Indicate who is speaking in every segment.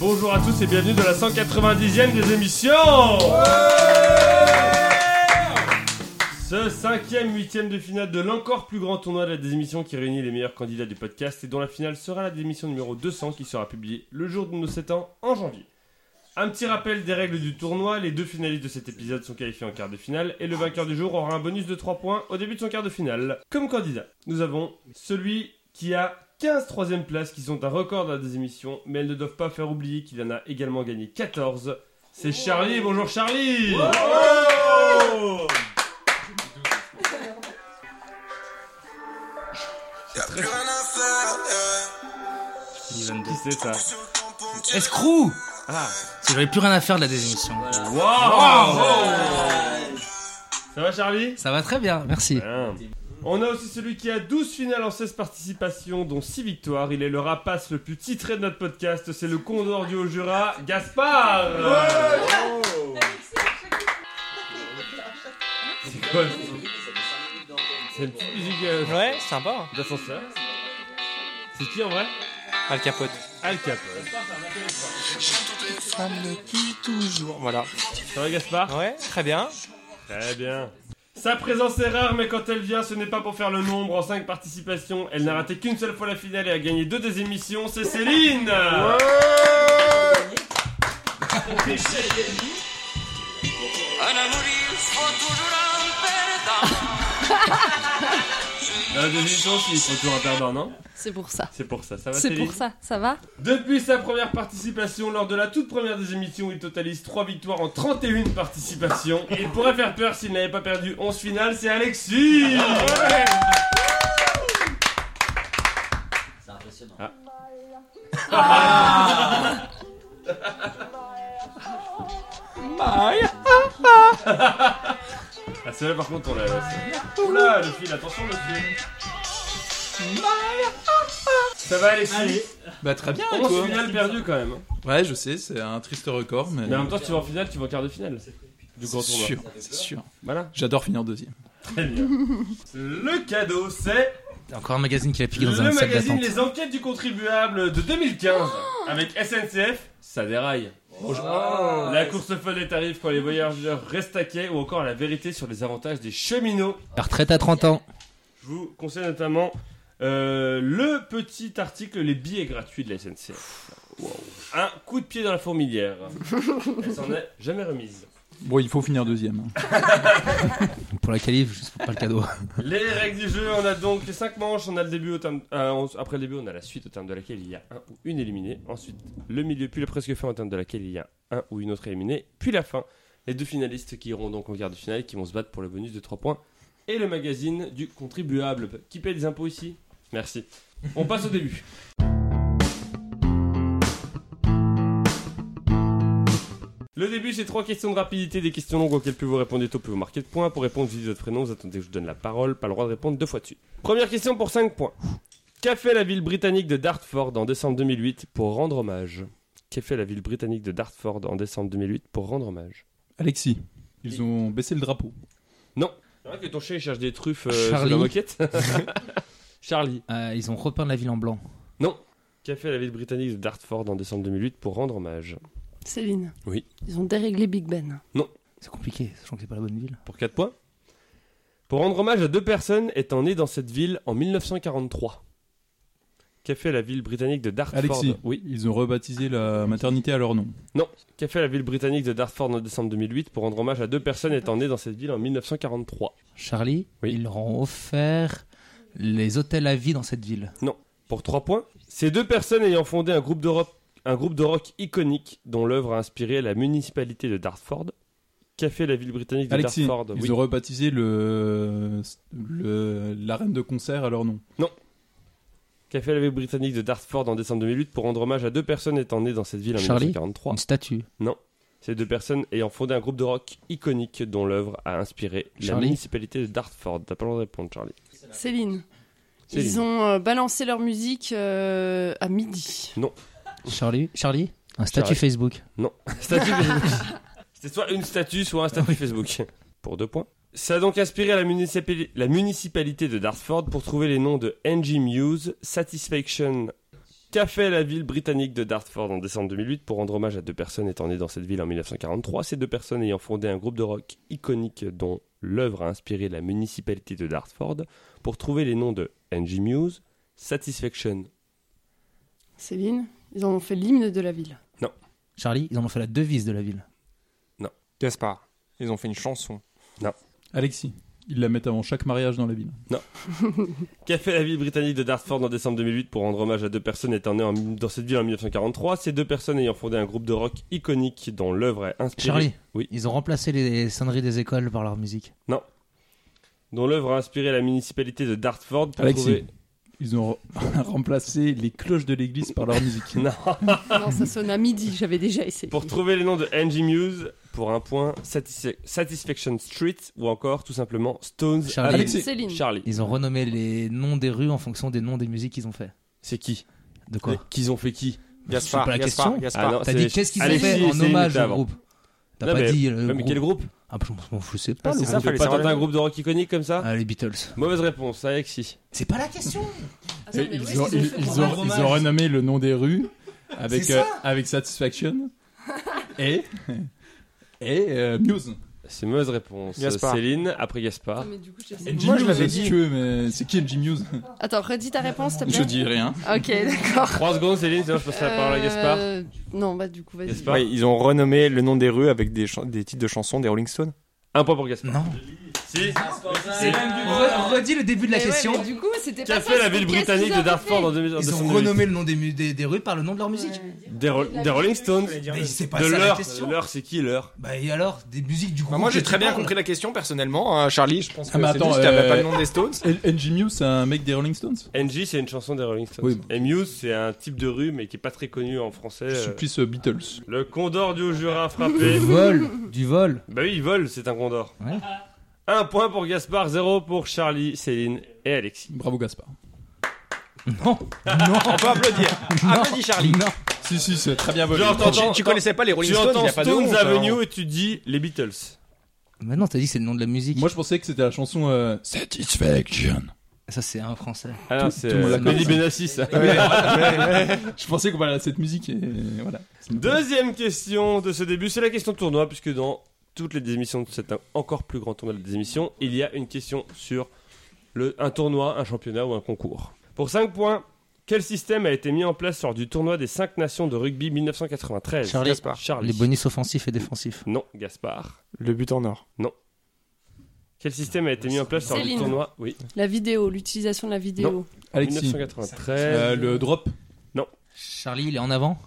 Speaker 1: bonjour à tous et bienvenue dans la 190e des émissions Ce cinquième huitième de finale de l'encore plus grand tournoi de la désémission qui réunit les meilleurs candidats du podcast et dont la finale sera la démission numéro 200 qui sera publiée le jour de nos 7 ans en janvier. Un petit rappel des règles du tournoi, les deux finalistes de cet épisode sont qualifiés en quart de finale et le vainqueur du jour aura un bonus de 3 points au début de son quart de finale. Comme candidat, nous avons celui qui a 15 troisième places qui sont un record dans des émissions, mais elles ne doivent pas faire oublier qu'il en a également gagné 14. C'est Charlie, bonjour Charlie Qui c'est ça
Speaker 2: Escrew
Speaker 1: Ah
Speaker 2: Parce que J'avais plus rien à faire de la désémission.
Speaker 1: Ça va Charlie
Speaker 2: Ça va très bien, merci.
Speaker 1: Bien. On a aussi celui qui a 12 finales en 16 participations, dont 6 victoires. Il est le rapace le plus titré de notre podcast, c'est le Condor du Haut-Jura, Gaspard C'est quoi ce- C'est une petite musique euh,
Speaker 3: Ouais, sympa. hein.
Speaker 1: d'ascenseur C'est qui en vrai
Speaker 3: Al Capote.
Speaker 1: Al Capone.
Speaker 3: Ça me tue toujours. Voilà.
Speaker 1: Ça va Gaspard
Speaker 3: Ouais, très bien.
Speaker 1: Très bien. Sa présence est rare, mais quand elle vient, ce n'est pas pour faire le nombre. En 5 participations, elle n'a raté qu'une seule fois la finale et a gagné deux des émissions. C'est Céline Dans la deuxième chance, il faut toujours un perdant, non
Speaker 4: C'est pour ça.
Speaker 1: C'est pour ça, ça va
Speaker 4: C'est
Speaker 1: Céline
Speaker 4: pour ça, ça va
Speaker 1: Depuis sa première participation, lors de la toute première des émissions, il totalise 3 victoires en 31 participations. Et il pourrait faire peur s'il n'avait pas perdu 11 finales, c'est Alexis
Speaker 5: C'est impressionnant.
Speaker 1: Ah, celle-là par contre, on l'a. Oula, le fil, attention le fil Ça va Alexis
Speaker 6: Bah très bien,
Speaker 1: 11 finales perdues quand même. hein.
Speaker 6: Ouais, je sais, c'est un triste record, mais.
Speaker 1: Mais en même temps, si tu vas en finale, tu vas en quart de finale. Du grand
Speaker 6: c'est
Speaker 1: tournoi.
Speaker 6: sûr, c'est sûr.
Speaker 1: Voilà.
Speaker 6: J'adore finir deuxième.
Speaker 1: Très bien. Le cadeau, c'est
Speaker 2: Encore un magazine qui a piqué dans
Speaker 1: le
Speaker 2: un salle
Speaker 1: magazine
Speaker 2: d'attente.
Speaker 1: Les Enquêtes du Contribuable de 2015 avec SNCF, ça déraille.
Speaker 2: Oh,
Speaker 1: La course folle des tarifs quand les voyageurs restent à quai ou encore la vérité sur les avantages des cheminots.
Speaker 2: La retraite à 30 ans.
Speaker 1: Je vous conseille notamment euh, le petit article Les billets gratuits de la SNCF. Un coup de pied dans la fourmilière. Elle s'en est jamais remise.
Speaker 6: Bon, il faut finir deuxième. hein.
Speaker 2: Pour la calife, juste pour pas le cadeau.
Speaker 1: Les règles du jeu, on a donc les 5 manches, on a le début au terme, euh, on- après le début, on a la suite au terme de laquelle il y a un ou une éliminée, ensuite le milieu, puis la presque fin au terme de laquelle il y a un ou une autre éliminée, puis la fin. Les deux finalistes qui iront donc en quart de finale et qui vont se battre pour le bonus de 3 points et le magazine du contribuable. Qui paye les impôts ici Merci. On passe au début. Le début, c'est trois questions de rapidité, des questions longues auxquelles plus vous répondez tôt, plus vous marquez de points. Pour répondre, vous dites votre prénom, vous attendez que je vous donne la parole, pas le droit de répondre deux fois dessus. Première question pour 5 points. Qu'a fait la ville britannique de Dartford en décembre 2008 pour rendre hommage Qu'a fait la ville britannique de Dartford en décembre 2008 pour rendre hommage
Speaker 6: Alexis, ils ont baissé le drapeau.
Speaker 1: C'est vrai que ton chien il cherche des truffes euh,
Speaker 2: Charlie.
Speaker 1: sur la moquette Charlie.
Speaker 2: Euh, ils ont repeint la ville en blanc.
Speaker 1: Qu'a fait la ville britannique de Dartford en décembre 2008 pour rendre hommage
Speaker 4: Céline.
Speaker 1: Oui.
Speaker 4: Ils ont déréglé Big Ben.
Speaker 2: C'est compliqué, sachant que c'est pas la bonne ville.
Speaker 1: Pour 4 points. Pour rendre hommage à deux personnes étant nées dans cette ville en 1943. Qu'a fait la ville britannique de Dartford
Speaker 6: Alexis,
Speaker 1: Oui.
Speaker 6: ils ont rebaptisé la maternité à leur nom.
Speaker 1: Qu'a fait la ville britannique de Dartford en décembre 2008 pour rendre hommage à deux personnes étant nées dans cette ville en 1943
Speaker 2: Charlie,
Speaker 1: Oui.
Speaker 2: ils leur ont offert les hôtels à vie dans cette ville.
Speaker 1: Pour 3 points. Ces deux personnes ayant fondé un groupe de rock, un groupe de rock iconique dont l'œuvre a inspiré la municipalité de Dartford. Qu'a fait la ville britannique de
Speaker 6: Alexis,
Speaker 1: Dartford
Speaker 6: ils
Speaker 1: Oui.
Speaker 6: ont rebaptisé le... le- l'arène de concert à leur nom.
Speaker 1: Qu'a fait la ville britannique de Dartford en décembre 2008 pour rendre hommage à deux personnes étant nées dans cette ville en
Speaker 2: Charlie
Speaker 1: 1943
Speaker 2: Une statue.
Speaker 1: Ces deux personnes ayant fondé un groupe de rock iconique dont l'œuvre a inspiré la
Speaker 2: Charlie
Speaker 1: municipalité de Dartford. T'as pas le droit de répondre, Charlie.
Speaker 4: Céline.
Speaker 1: Céline.
Speaker 4: Ils ont euh, balancé leur musique euh, à midi.
Speaker 2: Charlie Charlie Un statut
Speaker 1: Charlie.
Speaker 2: Facebook.
Speaker 1: Statut Facebook. C'était soit une statue, soit un statut Facebook. Pour deux points. Ça a donc inspiré la, municipali- la municipalité de Dartford pour trouver les noms de NG Muse, Satisfaction Qu'a fait la ville britannique de Dartford en décembre 2008 pour rendre hommage à deux personnes étant nées dans cette ville en 1943 Ces deux personnes ayant fondé un groupe de rock iconique dont l'œuvre a inspiré la municipalité de Dartford pour trouver les noms de Angie Muse, Satisfaction.
Speaker 4: Céline, ils en ont fait l'hymne de la ville.
Speaker 2: Charlie, ils en ont fait la devise de la ville.
Speaker 3: Gaspard. Ils ont fait une chanson.
Speaker 6: Alexis, ils la mettent avant chaque mariage dans la ville.
Speaker 1: Qu'a fait la ville britannique de Dartford en décembre 2008 pour rendre hommage à deux personnes étant nées en- dans cette ville en 1943 Ces deux personnes ayant fondé un groupe de rock iconique dont l'œuvre est inspirée.
Speaker 2: Charlie,
Speaker 1: Oui.
Speaker 2: ils ont remplacé les sonneries des écoles par leur musique.
Speaker 1: dont l'œuvre a inspiré la municipalité de Dartford pour
Speaker 6: Alexis.
Speaker 1: trouver...
Speaker 6: Ils ont remplacé les cloches de l'église par leur musique.
Speaker 1: Non.
Speaker 4: Non, ça sonne à midi, j'avais déjà essayé.
Speaker 1: Pour trouver les noms de Angie Muse, pour un point, Satisfa- Satisfaction Street ou encore tout simplement Stones
Speaker 2: Charlie.
Speaker 1: avec
Speaker 6: Alexis.
Speaker 4: Céline.
Speaker 1: Charlie.
Speaker 2: Ils ont renommé les noms des rues en fonction des noms des musiques qu'ils ont fait.
Speaker 1: C'est qui
Speaker 2: De quoi
Speaker 1: Mais Qu'ils ont fait qui
Speaker 3: Gaspard.
Speaker 2: pas la
Speaker 3: Gaspard.
Speaker 2: question.
Speaker 1: Ah
Speaker 3: Gaspard.
Speaker 1: non,
Speaker 2: T'as
Speaker 1: c'est-
Speaker 2: dit qu'est-ce qu'ils ont
Speaker 1: Alexis
Speaker 2: fait
Speaker 1: et
Speaker 2: en
Speaker 1: Céline
Speaker 2: hommage
Speaker 1: étaient
Speaker 2: au
Speaker 1: avant.
Speaker 2: groupe T'as
Speaker 1: Non,
Speaker 2: pas
Speaker 1: mais-
Speaker 2: dit le
Speaker 1: Ouais, mais
Speaker 2: groupe.
Speaker 1: quel groupe
Speaker 2: Ah, je m'en fous, je sais pas.
Speaker 3: Ah,
Speaker 2: le
Speaker 3: c'est
Speaker 1: Ça
Speaker 3: ça,
Speaker 2: groupe.
Speaker 1: peut
Speaker 3: fallait
Speaker 1: pas
Speaker 3: savoir.
Speaker 1: tenter un groupe de rock iconique comme ça
Speaker 2: Ah, les Beatles.
Speaker 1: Mauvaise réponse, Alexis.
Speaker 2: C'est pas la question
Speaker 4: Ah, ça,
Speaker 6: Et
Speaker 4: mais oui,
Speaker 6: Ils ont,
Speaker 4: c'est-
Speaker 6: ils,
Speaker 2: fait
Speaker 6: ils
Speaker 2: pour
Speaker 6: ont-
Speaker 2: rendre
Speaker 6: ils ont
Speaker 2: hommage.
Speaker 6: renommé le nom des rues avec,
Speaker 2: C'est ça.
Speaker 6: euh, avec Satisfaction et, et euh, Muse.
Speaker 1: C'est mauvaise réponse.
Speaker 3: Gaspard.
Speaker 1: Céline, après Gaspard.
Speaker 4: Ah, mais du coup, j'ai-
Speaker 6: NG
Speaker 3: Moi, je
Speaker 6: Muse,
Speaker 3: l'avais
Speaker 6: si
Speaker 3: dit.
Speaker 6: tu veux, mais c'est qui NG Muse
Speaker 4: Attends, redis ta réponse, s'il te plaît.
Speaker 6: rien.
Speaker 4: Ok, d'accord.
Speaker 1: 3 secondes, Céline, sinon je passe la parole à Gaspard.
Speaker 4: Euh, Non, bah du coup, vas-y.
Speaker 1: Gaspard.
Speaker 3: Ouais, ils ont renommé le nom des rues avec des, chan- des titres de chansons des Rolling Stones.
Speaker 1: Un point pour Gaspard.
Speaker 2: Non.
Speaker 1: Si.
Speaker 5: C'est
Speaker 2: Re- redis le début de la
Speaker 4: Mais Eh ouais,
Speaker 2: question.
Speaker 4: mais du coup, c'était
Speaker 1: Qu'a
Speaker 4: pas
Speaker 1: fait
Speaker 4: ça,
Speaker 1: la
Speaker 4: c'était
Speaker 1: ville
Speaker 4: qu'est-ce
Speaker 1: britannique
Speaker 4: qu'ils
Speaker 1: de
Speaker 4: avaient
Speaker 1: Dartford en
Speaker 4: fait
Speaker 1: 2000 en
Speaker 2: Ils ont
Speaker 1: 2008?
Speaker 2: renommé le nom des, mu- des, des rues par le nom de leur musique.
Speaker 1: Des, Ro- des Rolling Stones.
Speaker 2: Mais c'est pas
Speaker 1: De
Speaker 2: ça la
Speaker 1: l'heure.
Speaker 2: question.
Speaker 1: L'heure, c'est qui l'heure
Speaker 2: Bah et alors, des musiques du groupe.
Speaker 3: Bah, moi, j'ai
Speaker 2: que
Speaker 3: très
Speaker 2: tu
Speaker 3: bien
Speaker 2: parles.
Speaker 3: compris la question personnellement. hein, Charlie, je pense que
Speaker 6: Ah, mais
Speaker 3: c'est
Speaker 6: attends,
Speaker 3: juste, t'avais
Speaker 6: euh,
Speaker 3: pas le nom des Stones.
Speaker 6: NG Muse, c'est un mec des Rolling Stones
Speaker 1: NG, c'est une chanson des Rolling Stones.
Speaker 6: Oui.
Speaker 1: Et Muse, c'est un type de rue, mais qui est pas très connu en français.
Speaker 6: Je
Speaker 1: euh,
Speaker 6: suis plus euh, Beatles.
Speaker 1: Le condor du Jura frappé.
Speaker 2: Du vol, du vol.
Speaker 1: bah oui, il vole, c'est un condor.
Speaker 2: Ouais.
Speaker 1: Un point pour Gaspard, zéro pour Charlie, Céline et Alexis.
Speaker 6: Bravo Gaspard.
Speaker 2: Non, non,
Speaker 3: On peut applaudir. Applaudis, Ah, Charlie.
Speaker 2: non.
Speaker 6: Si, si, c'est très bien volé.
Speaker 1: Genre, t'entends-
Speaker 3: Tu, tu connaissais pas les Rolling
Speaker 1: Tu
Speaker 3: Stones,
Speaker 1: entends
Speaker 3: y a pas de honte,
Speaker 1: Stones
Speaker 3: hein.
Speaker 1: Avenue et tu dis les Beatles.
Speaker 2: Mais non, t'as dit que c'est le nom de la musique.
Speaker 6: Moi, je pensais que c'était la chanson euh, Satisfaction.
Speaker 2: Ça c'est un français.
Speaker 1: Ah non,
Speaker 6: Tout-
Speaker 1: c'est
Speaker 6: tout le monde
Speaker 1: euh,
Speaker 6: la connaît,
Speaker 1: Benny
Speaker 6: ça.
Speaker 1: Benassi, ça.
Speaker 6: Je pensais qu'on parlait de cette musique et voilà. C'est une-
Speaker 1: Deuxième question de ce début, c'est la question tournoi, puisque dans toutes les émissions de cet encore plus grand tournoi des émissions, il y a une question sur le, un tournoi, un championnat ou un concours. Pour 5 points, quel système a été mis en place lors du tournoi des 5 nations de rugby 1993
Speaker 2: Charlie.
Speaker 3: Gaspard.
Speaker 1: Charlie.
Speaker 2: Les bonus offensifs et défensifs.
Speaker 1: Non, Gaspard.
Speaker 3: Le but en or.
Speaker 1: Quel système a été mis en place lors du
Speaker 4: Céline.
Speaker 1: tournoi Oui,
Speaker 4: La vidéo, l'utilisation de la vidéo.
Speaker 6: Alexis,
Speaker 1: 1993.
Speaker 6: euh, le drop.
Speaker 2: Charlie, il est en avant.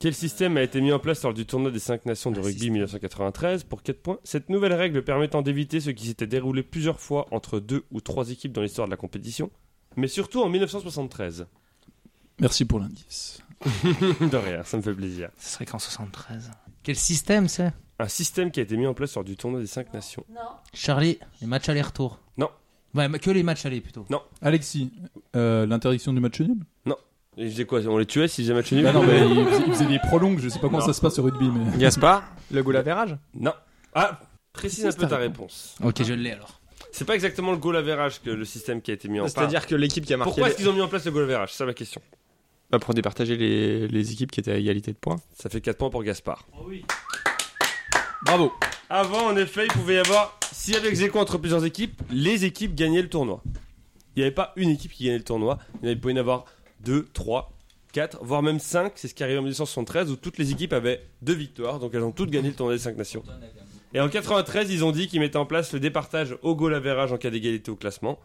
Speaker 1: Quel système a été mis en place lors du tournoi des 5 nations de
Speaker 2: Un
Speaker 1: rugby
Speaker 2: système.
Speaker 1: 1993 pour 4 points Cette nouvelle règle permettant d'éviter ce qui s'était déroulé plusieurs fois entre deux ou trois équipes dans l'histoire de la compétition, mais surtout en 1973.
Speaker 6: Merci pour l'indice.
Speaker 1: de rien, ça me fait plaisir.
Speaker 2: Ce serait qu'en 73. Quel système c'est
Speaker 1: Un système qui a été mis en place lors du tournoi des 5 nations.
Speaker 2: Charlie, les matchs aller-retour.
Speaker 1: Non.
Speaker 2: Ouais, mais que les matchs aller plutôt.
Speaker 6: Alexis, euh, l'interdiction du match nul
Speaker 1: Et je dis quoi On les tuait si j'ai match nul
Speaker 6: Bah non, mais il faisait, il faisait des prolongues, je sais pas comment ça se passe au rugby, mais.
Speaker 3: Gaspard. Le goal à verrage.
Speaker 1: Non. Ah Précise un
Speaker 6: C'est
Speaker 1: peu ta
Speaker 6: ta
Speaker 1: réponse.
Speaker 2: Ok, je l'ai alors.
Speaker 1: C'est pas exactement le goal average que le système qui a été mis en place.
Speaker 3: C'est-à-dire que l'équipe qui a marqué.
Speaker 1: Pourquoi
Speaker 3: le-
Speaker 1: est-ce qu'ils ont mis en place le goal average C'est ça ma question.
Speaker 3: Bah, pour départager les, les équipes qui étaient à égalité de points.
Speaker 1: Ça fait 4 points pour Gaspard.
Speaker 6: Bravo
Speaker 1: Oh Avant, en effet, il pouvait y avoir, s'il y avait ex aequo entre plusieurs équipes, les équipes gagnaient le tournoi. Il n'y avait pas une équipe qui gagnait le tournoi, il y en avait- pouvait y en avoir 2, 3, 4, voire même 5. C'est ce qui arrivait en 1973 où toutes les équipes avaient deux victoires, donc elles ont toutes gagné le tournoi des 5 nations. Et en 93, ils ont dit qu'ils mettaient en place le départage au goal average en cas d'égalité au classement.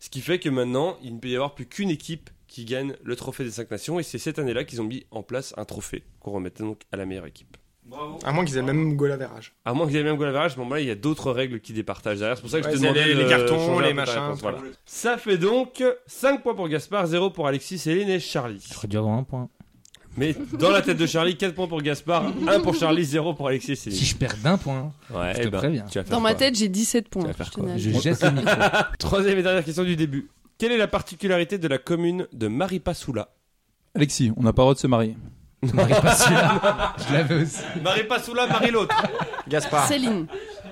Speaker 1: Ce qui fait que maintenant, il ne peut y avoir plus qu'une équipe qui gagne le trophée des 5 nations. Et c'est cette année-là qu'ils ont mis en place un trophée qu'on remettait donc à la meilleure équipe.
Speaker 3: À moins qu'ils aient le même goal à verrage.
Speaker 1: À moins que vous ayez même goal average, bon, là, il y a d'autres règles qui départagent derrière. C'est pour ça que
Speaker 3: Ouais,
Speaker 1: je te
Speaker 3: c'est
Speaker 1: demandais
Speaker 3: les- les
Speaker 1: de
Speaker 3: cartons,
Speaker 1: changer un peu
Speaker 3: les
Speaker 1: ta
Speaker 3: machins,
Speaker 1: réponse,
Speaker 3: tout
Speaker 1: voilà. Ça fait donc 5 points pour Gaspard, 0 pour Alexis, Céline et Charlie.
Speaker 2: J'aurais dû avoir un point.
Speaker 1: Mais dans la tête de Charlie, 4 points pour Gaspard, 1 pour Charlie, 0 pour Alexis et
Speaker 2: Si
Speaker 1: Céline.
Speaker 2: je perds d'un point,
Speaker 1: Ouais,
Speaker 2: je
Speaker 1: eh
Speaker 2: te
Speaker 1: ben,
Speaker 2: préviens.
Speaker 1: tu vas faire
Speaker 4: Dans ma
Speaker 1: quoi
Speaker 4: tête, j'ai 17
Speaker 1: Tu
Speaker 4: points.
Speaker 1: vas faire
Speaker 4: je tenais
Speaker 1: quoi
Speaker 4: à
Speaker 2: je
Speaker 4: le dire.
Speaker 2: jette le micro.
Speaker 1: Troisième et dernière question du début. Quelle est la particularité de la commune de Maripasoula
Speaker 6: Alexis, on n'a pas le droit de se marier.
Speaker 2: Marie pas celui-là. Je l'avais aussi.
Speaker 1: Maripasoula, Marie l'autre
Speaker 3: Gaspard.
Speaker 4: Céline,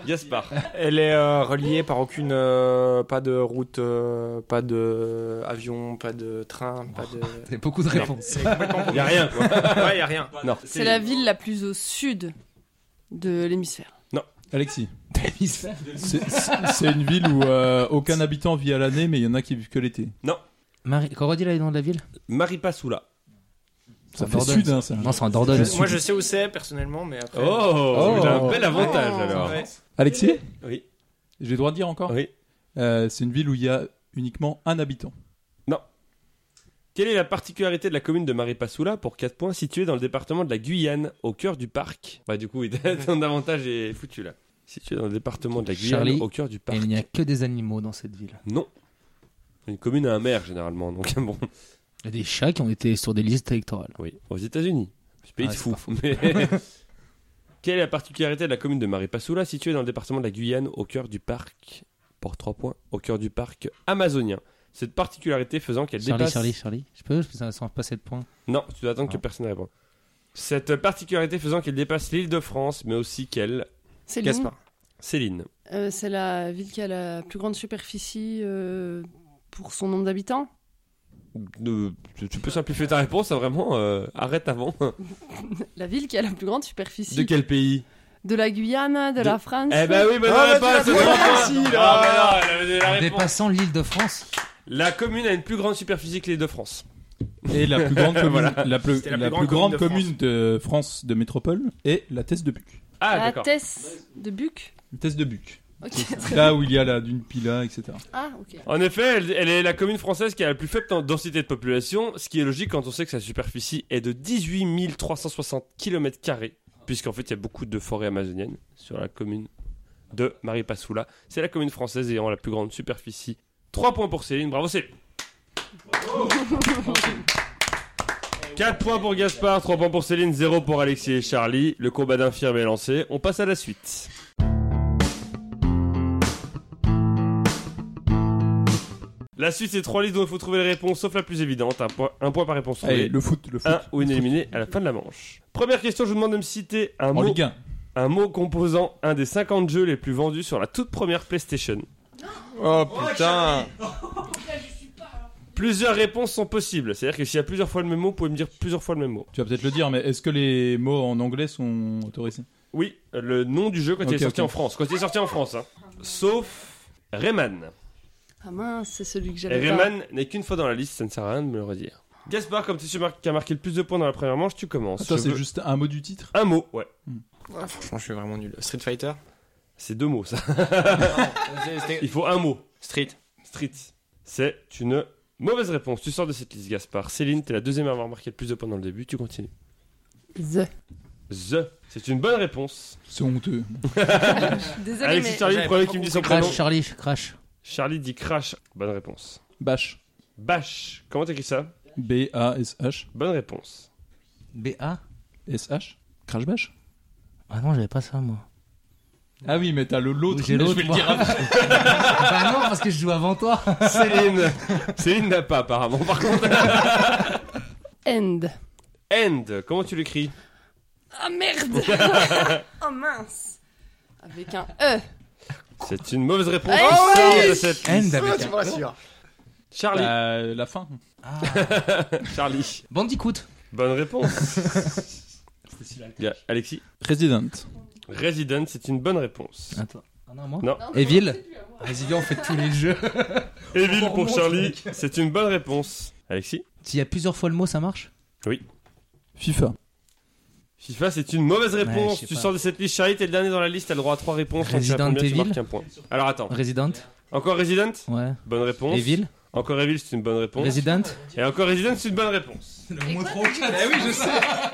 Speaker 1: Gaspard.
Speaker 3: Elle est euh, reliée par aucune. euh, pas de route, euh, pas de avion, pas de train, pas de.
Speaker 2: C'est beaucoup de réponses.
Speaker 1: Il y a rien quoi.
Speaker 3: Ouais, y a rien.
Speaker 1: Non.
Speaker 4: C'est la ville la plus au sud de l'hémisphère.
Speaker 6: Alexis. C'est- C'est c'est une ville où euh, aucun habitant vit à l'année, mais il y en a qui vivent que l'été.
Speaker 2: Marie, qu'on redit là, le nom de la ville
Speaker 1: Maripasoula.
Speaker 6: Ça
Speaker 2: En
Speaker 6: fait
Speaker 2: Dordogne,
Speaker 6: sud, hein, ça.
Speaker 2: Non, c'est en Dordogne.
Speaker 3: Euh, Moi, je sais où c'est personnellement, mais après.
Speaker 1: Oh,
Speaker 6: Oh.
Speaker 1: J'ai un bel avantage
Speaker 4: Oh.
Speaker 1: alors.
Speaker 3: Ouais.
Speaker 6: Alexis
Speaker 1: Oui.
Speaker 6: J'ai le droit de dire encore
Speaker 1: Oui.
Speaker 6: Euh, C'est une ville où il y a uniquement un habitant.
Speaker 1: Quelle est la particularité de la commune de Maripasoula pour 4 points située dans le département de la Guyane, au cœur du parc Bah du coup, ton avantage est foutu là. Située dans le département de la Guyane,
Speaker 2: Charlie,
Speaker 1: au cœur du
Speaker 2: Et
Speaker 1: parc.
Speaker 2: il n'y a que des animaux dans cette ville.
Speaker 1: Non. Une commune a un maire généralement, donc bon.
Speaker 2: Il y a des chats qui ont été sur des listes électorales.
Speaker 1: Oui, aux États-Unis. C'est pays
Speaker 2: Ah,
Speaker 1: de
Speaker 2: c'est
Speaker 1: fou.
Speaker 2: pas
Speaker 1: Mais... Quelle est la particularité de la commune de Maripasoula, située dans le département de la Guyane, au cœur du parc, pour 3 points, au cœur du parc amazonien Cette particularité faisant qu'elle
Speaker 2: Charlie,
Speaker 1: dépasse.
Speaker 2: Charlie, Charlie. Je peux ça, sans passer de points.
Speaker 1: Non, tu dois attendre que
Speaker 2: Ah.
Speaker 1: personne ne réponde. Cette particularité faisant qu'elle dépasse l'île de France, mais aussi qu'elle.
Speaker 4: C'est l'île.
Speaker 1: Gaspard. Céline.
Speaker 4: Euh, c'est la ville qui a la plus grande superficie euh, pour son nombre d'habitants.
Speaker 1: euh, tu tu peux simplifier ta réponse, hein, vraiment. euh, arrête avant.
Speaker 4: La ville qui a la plus grande superficie.
Speaker 1: De quel pays
Speaker 4: De la Guyane, de,
Speaker 1: De-
Speaker 4: la France.
Speaker 1: Eh ben oui, ben non,
Speaker 3: Ah,
Speaker 1: la
Speaker 3: bah,
Speaker 1: réponse,
Speaker 3: tu l'as
Speaker 1: c'est
Speaker 3: trouvé,
Speaker 1: grand point.
Speaker 3: Alexis, là.
Speaker 1: Ah, mais non, elle avait la
Speaker 2: En
Speaker 1: réponse.
Speaker 2: dépassant l'île de France.
Speaker 1: La commune a une plus grande superficie que l'île de France.
Speaker 6: Et la plus grande commune,
Speaker 1: Voilà.
Speaker 6: la plus,
Speaker 3: C'était la
Speaker 6: la
Speaker 3: plus
Speaker 6: plus
Speaker 3: grande
Speaker 6: grande commune de France de métropole est la Thèse de Buc.
Speaker 1: Ah,
Speaker 4: la
Speaker 1: d'accord.
Speaker 4: Thèse de Buc.
Speaker 6: La Thèse de Buc.
Speaker 4: Ok.
Speaker 6: Là où il y a la dune pila, etc.
Speaker 4: Ah, ok.
Speaker 1: En effet, elle, elle est la commune française qui a la plus faible ten- densité de population, ce qui est logique quand on sait que sa superficie est de 18 360 km, puisqu'en fait il y a beaucoup de forêts amazoniennes sur la commune de Maripasoula. C'est la commune française ayant la plus grande superficie. 3 points pour Céline, bravo Céline 4 points pour Gaspard, 3 points pour Céline, 0 pour Alexis et Charlie. Le combat d'infirme est lancé, on passe à la suite. La suite, c'est trois listes dont il faut trouver les réponses, sauf la plus évidente. Un point, un point par réponse.
Speaker 6: Allez,
Speaker 1: trouvée.
Speaker 6: le foot, le foot.
Speaker 1: Un ou une éliminée à la fin de la manche. Première question, je vous demande de me citer un
Speaker 6: en
Speaker 1: mot,
Speaker 6: Ligue 1.
Speaker 1: un mot composant un des 50 jeux les plus vendus sur la toute première PlayStation.
Speaker 3: Oh putain.
Speaker 1: Plusieurs réponses sont possibles. C'est-à-dire que s'il y a plusieurs fois le même mot, vous pouvez me dire plusieurs fois le même mot.
Speaker 6: Tu vas peut-être le dire, mais est-ce que les mots en anglais sont autorisés
Speaker 1: Oui, euh, le nom du jeu quand il est
Speaker 6: Ok,
Speaker 1: sorti
Speaker 6: ok.
Speaker 1: en France. Quand il est sorti en France, hein. Sauf Rayman.
Speaker 4: Ah mince, c'est celui que
Speaker 1: Et
Speaker 4: j'avais. pas.
Speaker 1: Rayman n'est qu'une fois dans la liste, ça ne sert à rien de me le redire. Gaspard, comme tu es celui mar- qui a marqué le plus de points dans la première manche, Ah, tu commences.
Speaker 6: Ça,
Speaker 1: Je
Speaker 6: c'est
Speaker 1: veux
Speaker 6: juste un mot du titre
Speaker 1: Un mot, ouais.
Speaker 3: Ah, franchement, je suis vraiment nul. Street Fighter.
Speaker 1: C'est deux mots, ça.
Speaker 3: C'était-
Speaker 1: Il faut un mot.
Speaker 3: Street.
Speaker 1: Street. C'est une mauvaise réponse. Tu sors de cette liste, Gaspard. Céline, t'es la deuxième à avoir marqué le plus de points dans le début. Tu continues.
Speaker 4: The.
Speaker 1: The. C'est une bonne réponse.
Speaker 6: C'est honteux.
Speaker 4: Désolé,
Speaker 1: Alexis Charlie, le
Speaker 3: j'avais
Speaker 1: premier
Speaker 3: pas
Speaker 1: qui me dit son prénom.
Speaker 2: Crash, Charlie, crash.
Speaker 1: Charlie dit crash. Bonne réponse.
Speaker 6: Bash.
Speaker 1: Bash. Comment t'écris ça
Speaker 6: B-A-S-H.
Speaker 1: Bonne réponse.
Speaker 2: BA
Speaker 6: S-H. Crash Bash
Speaker 2: Ah non, j'avais pas ça, moi.
Speaker 6: Ah oui, mais t'as le l'autre.
Speaker 2: J'ai
Speaker 6: mais je
Speaker 2: l'autre,
Speaker 6: vais le
Speaker 2: moi.
Speaker 6: dire avant.
Speaker 2: bah non, parce que je joue avant toi.
Speaker 1: Céline. Céline n'a pas, apparemment. Par contre,
Speaker 4: mais end.
Speaker 1: end. Comment tu l'écris
Speaker 4: Ah merde. oh mince. Avec un E.
Speaker 1: C'est une mauvaise réponse.
Speaker 4: Ah
Speaker 1: Tu sors
Speaker 4: ouais
Speaker 1: de cette
Speaker 2: End
Speaker 1: liste.
Speaker 3: Ah,
Speaker 2: avec un...
Speaker 3: Oh.
Speaker 1: Charlie.
Speaker 6: Bah, la fin.
Speaker 2: Ah.
Speaker 1: Charlie.
Speaker 2: Bandicoot.
Speaker 1: Bonne réponse. Bien. Alexis.
Speaker 6: Resident.
Speaker 1: Resident, c'est une bonne réponse.
Speaker 2: Attends. Ah non, moi
Speaker 1: Non.
Speaker 2: Evil. Vas-y, viens, on fait tous les jeux.
Speaker 1: Evil
Speaker 2: On
Speaker 1: pour
Speaker 2: remonte,
Speaker 1: Charlie,
Speaker 2: mec.
Speaker 1: c'est une bonne réponse. Alexis
Speaker 2: S'il y a plusieurs fois le mot, ça marche
Speaker 6: FIFA.
Speaker 1: FIFA, c'est une mauvaise
Speaker 2: Ouais,
Speaker 1: réponse.
Speaker 2: je sais
Speaker 1: tu
Speaker 2: pas.
Speaker 1: sors de cette liste, Charlie, t'es le dernier dans la liste, t'as le droit à trois réponses. Quand tu
Speaker 2: Resident
Speaker 1: réponds bien, tu
Speaker 2: Evil.
Speaker 1: marques un point. Alors attends,
Speaker 2: Resident
Speaker 1: encore Resident
Speaker 2: Ouais.
Speaker 1: Bonne réponse.
Speaker 2: Evil
Speaker 1: Encore Evil, c'est une bonne réponse.
Speaker 2: Resident
Speaker 1: Et encore Resident, c'est une bonne réponse.
Speaker 2: Le mot trop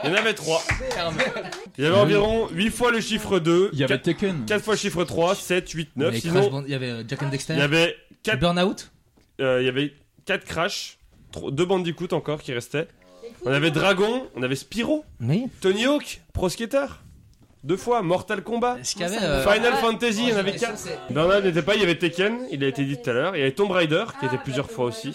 Speaker 1: Il y en avait trois. Il y avait environ 8 fois le chiffre 2,
Speaker 6: Il y avait Tekken.
Speaker 1: 4 fois le chiffre 3, 7, 8, 9. Sinon,
Speaker 2: Il y avait euh, Jack and Dexter.
Speaker 1: il y avait 4,
Speaker 2: Burnout
Speaker 1: il y avait 4 Crash, 2 Bandicoot encore qui restaient. On avait Dragon, on avait Spyro.
Speaker 2: Oui.
Speaker 1: Tony Hawk, Pro Skater, deux fois, Mortal Kombat,
Speaker 2: Est-ce qu'il y avait. euh,
Speaker 1: Final Fantasy, il y en avait quatre. Bernard n'était pas, il y avait Tekken, il a été dit tout à l'heure, il y avait Tomb Raider, qui était plusieurs fois aussi.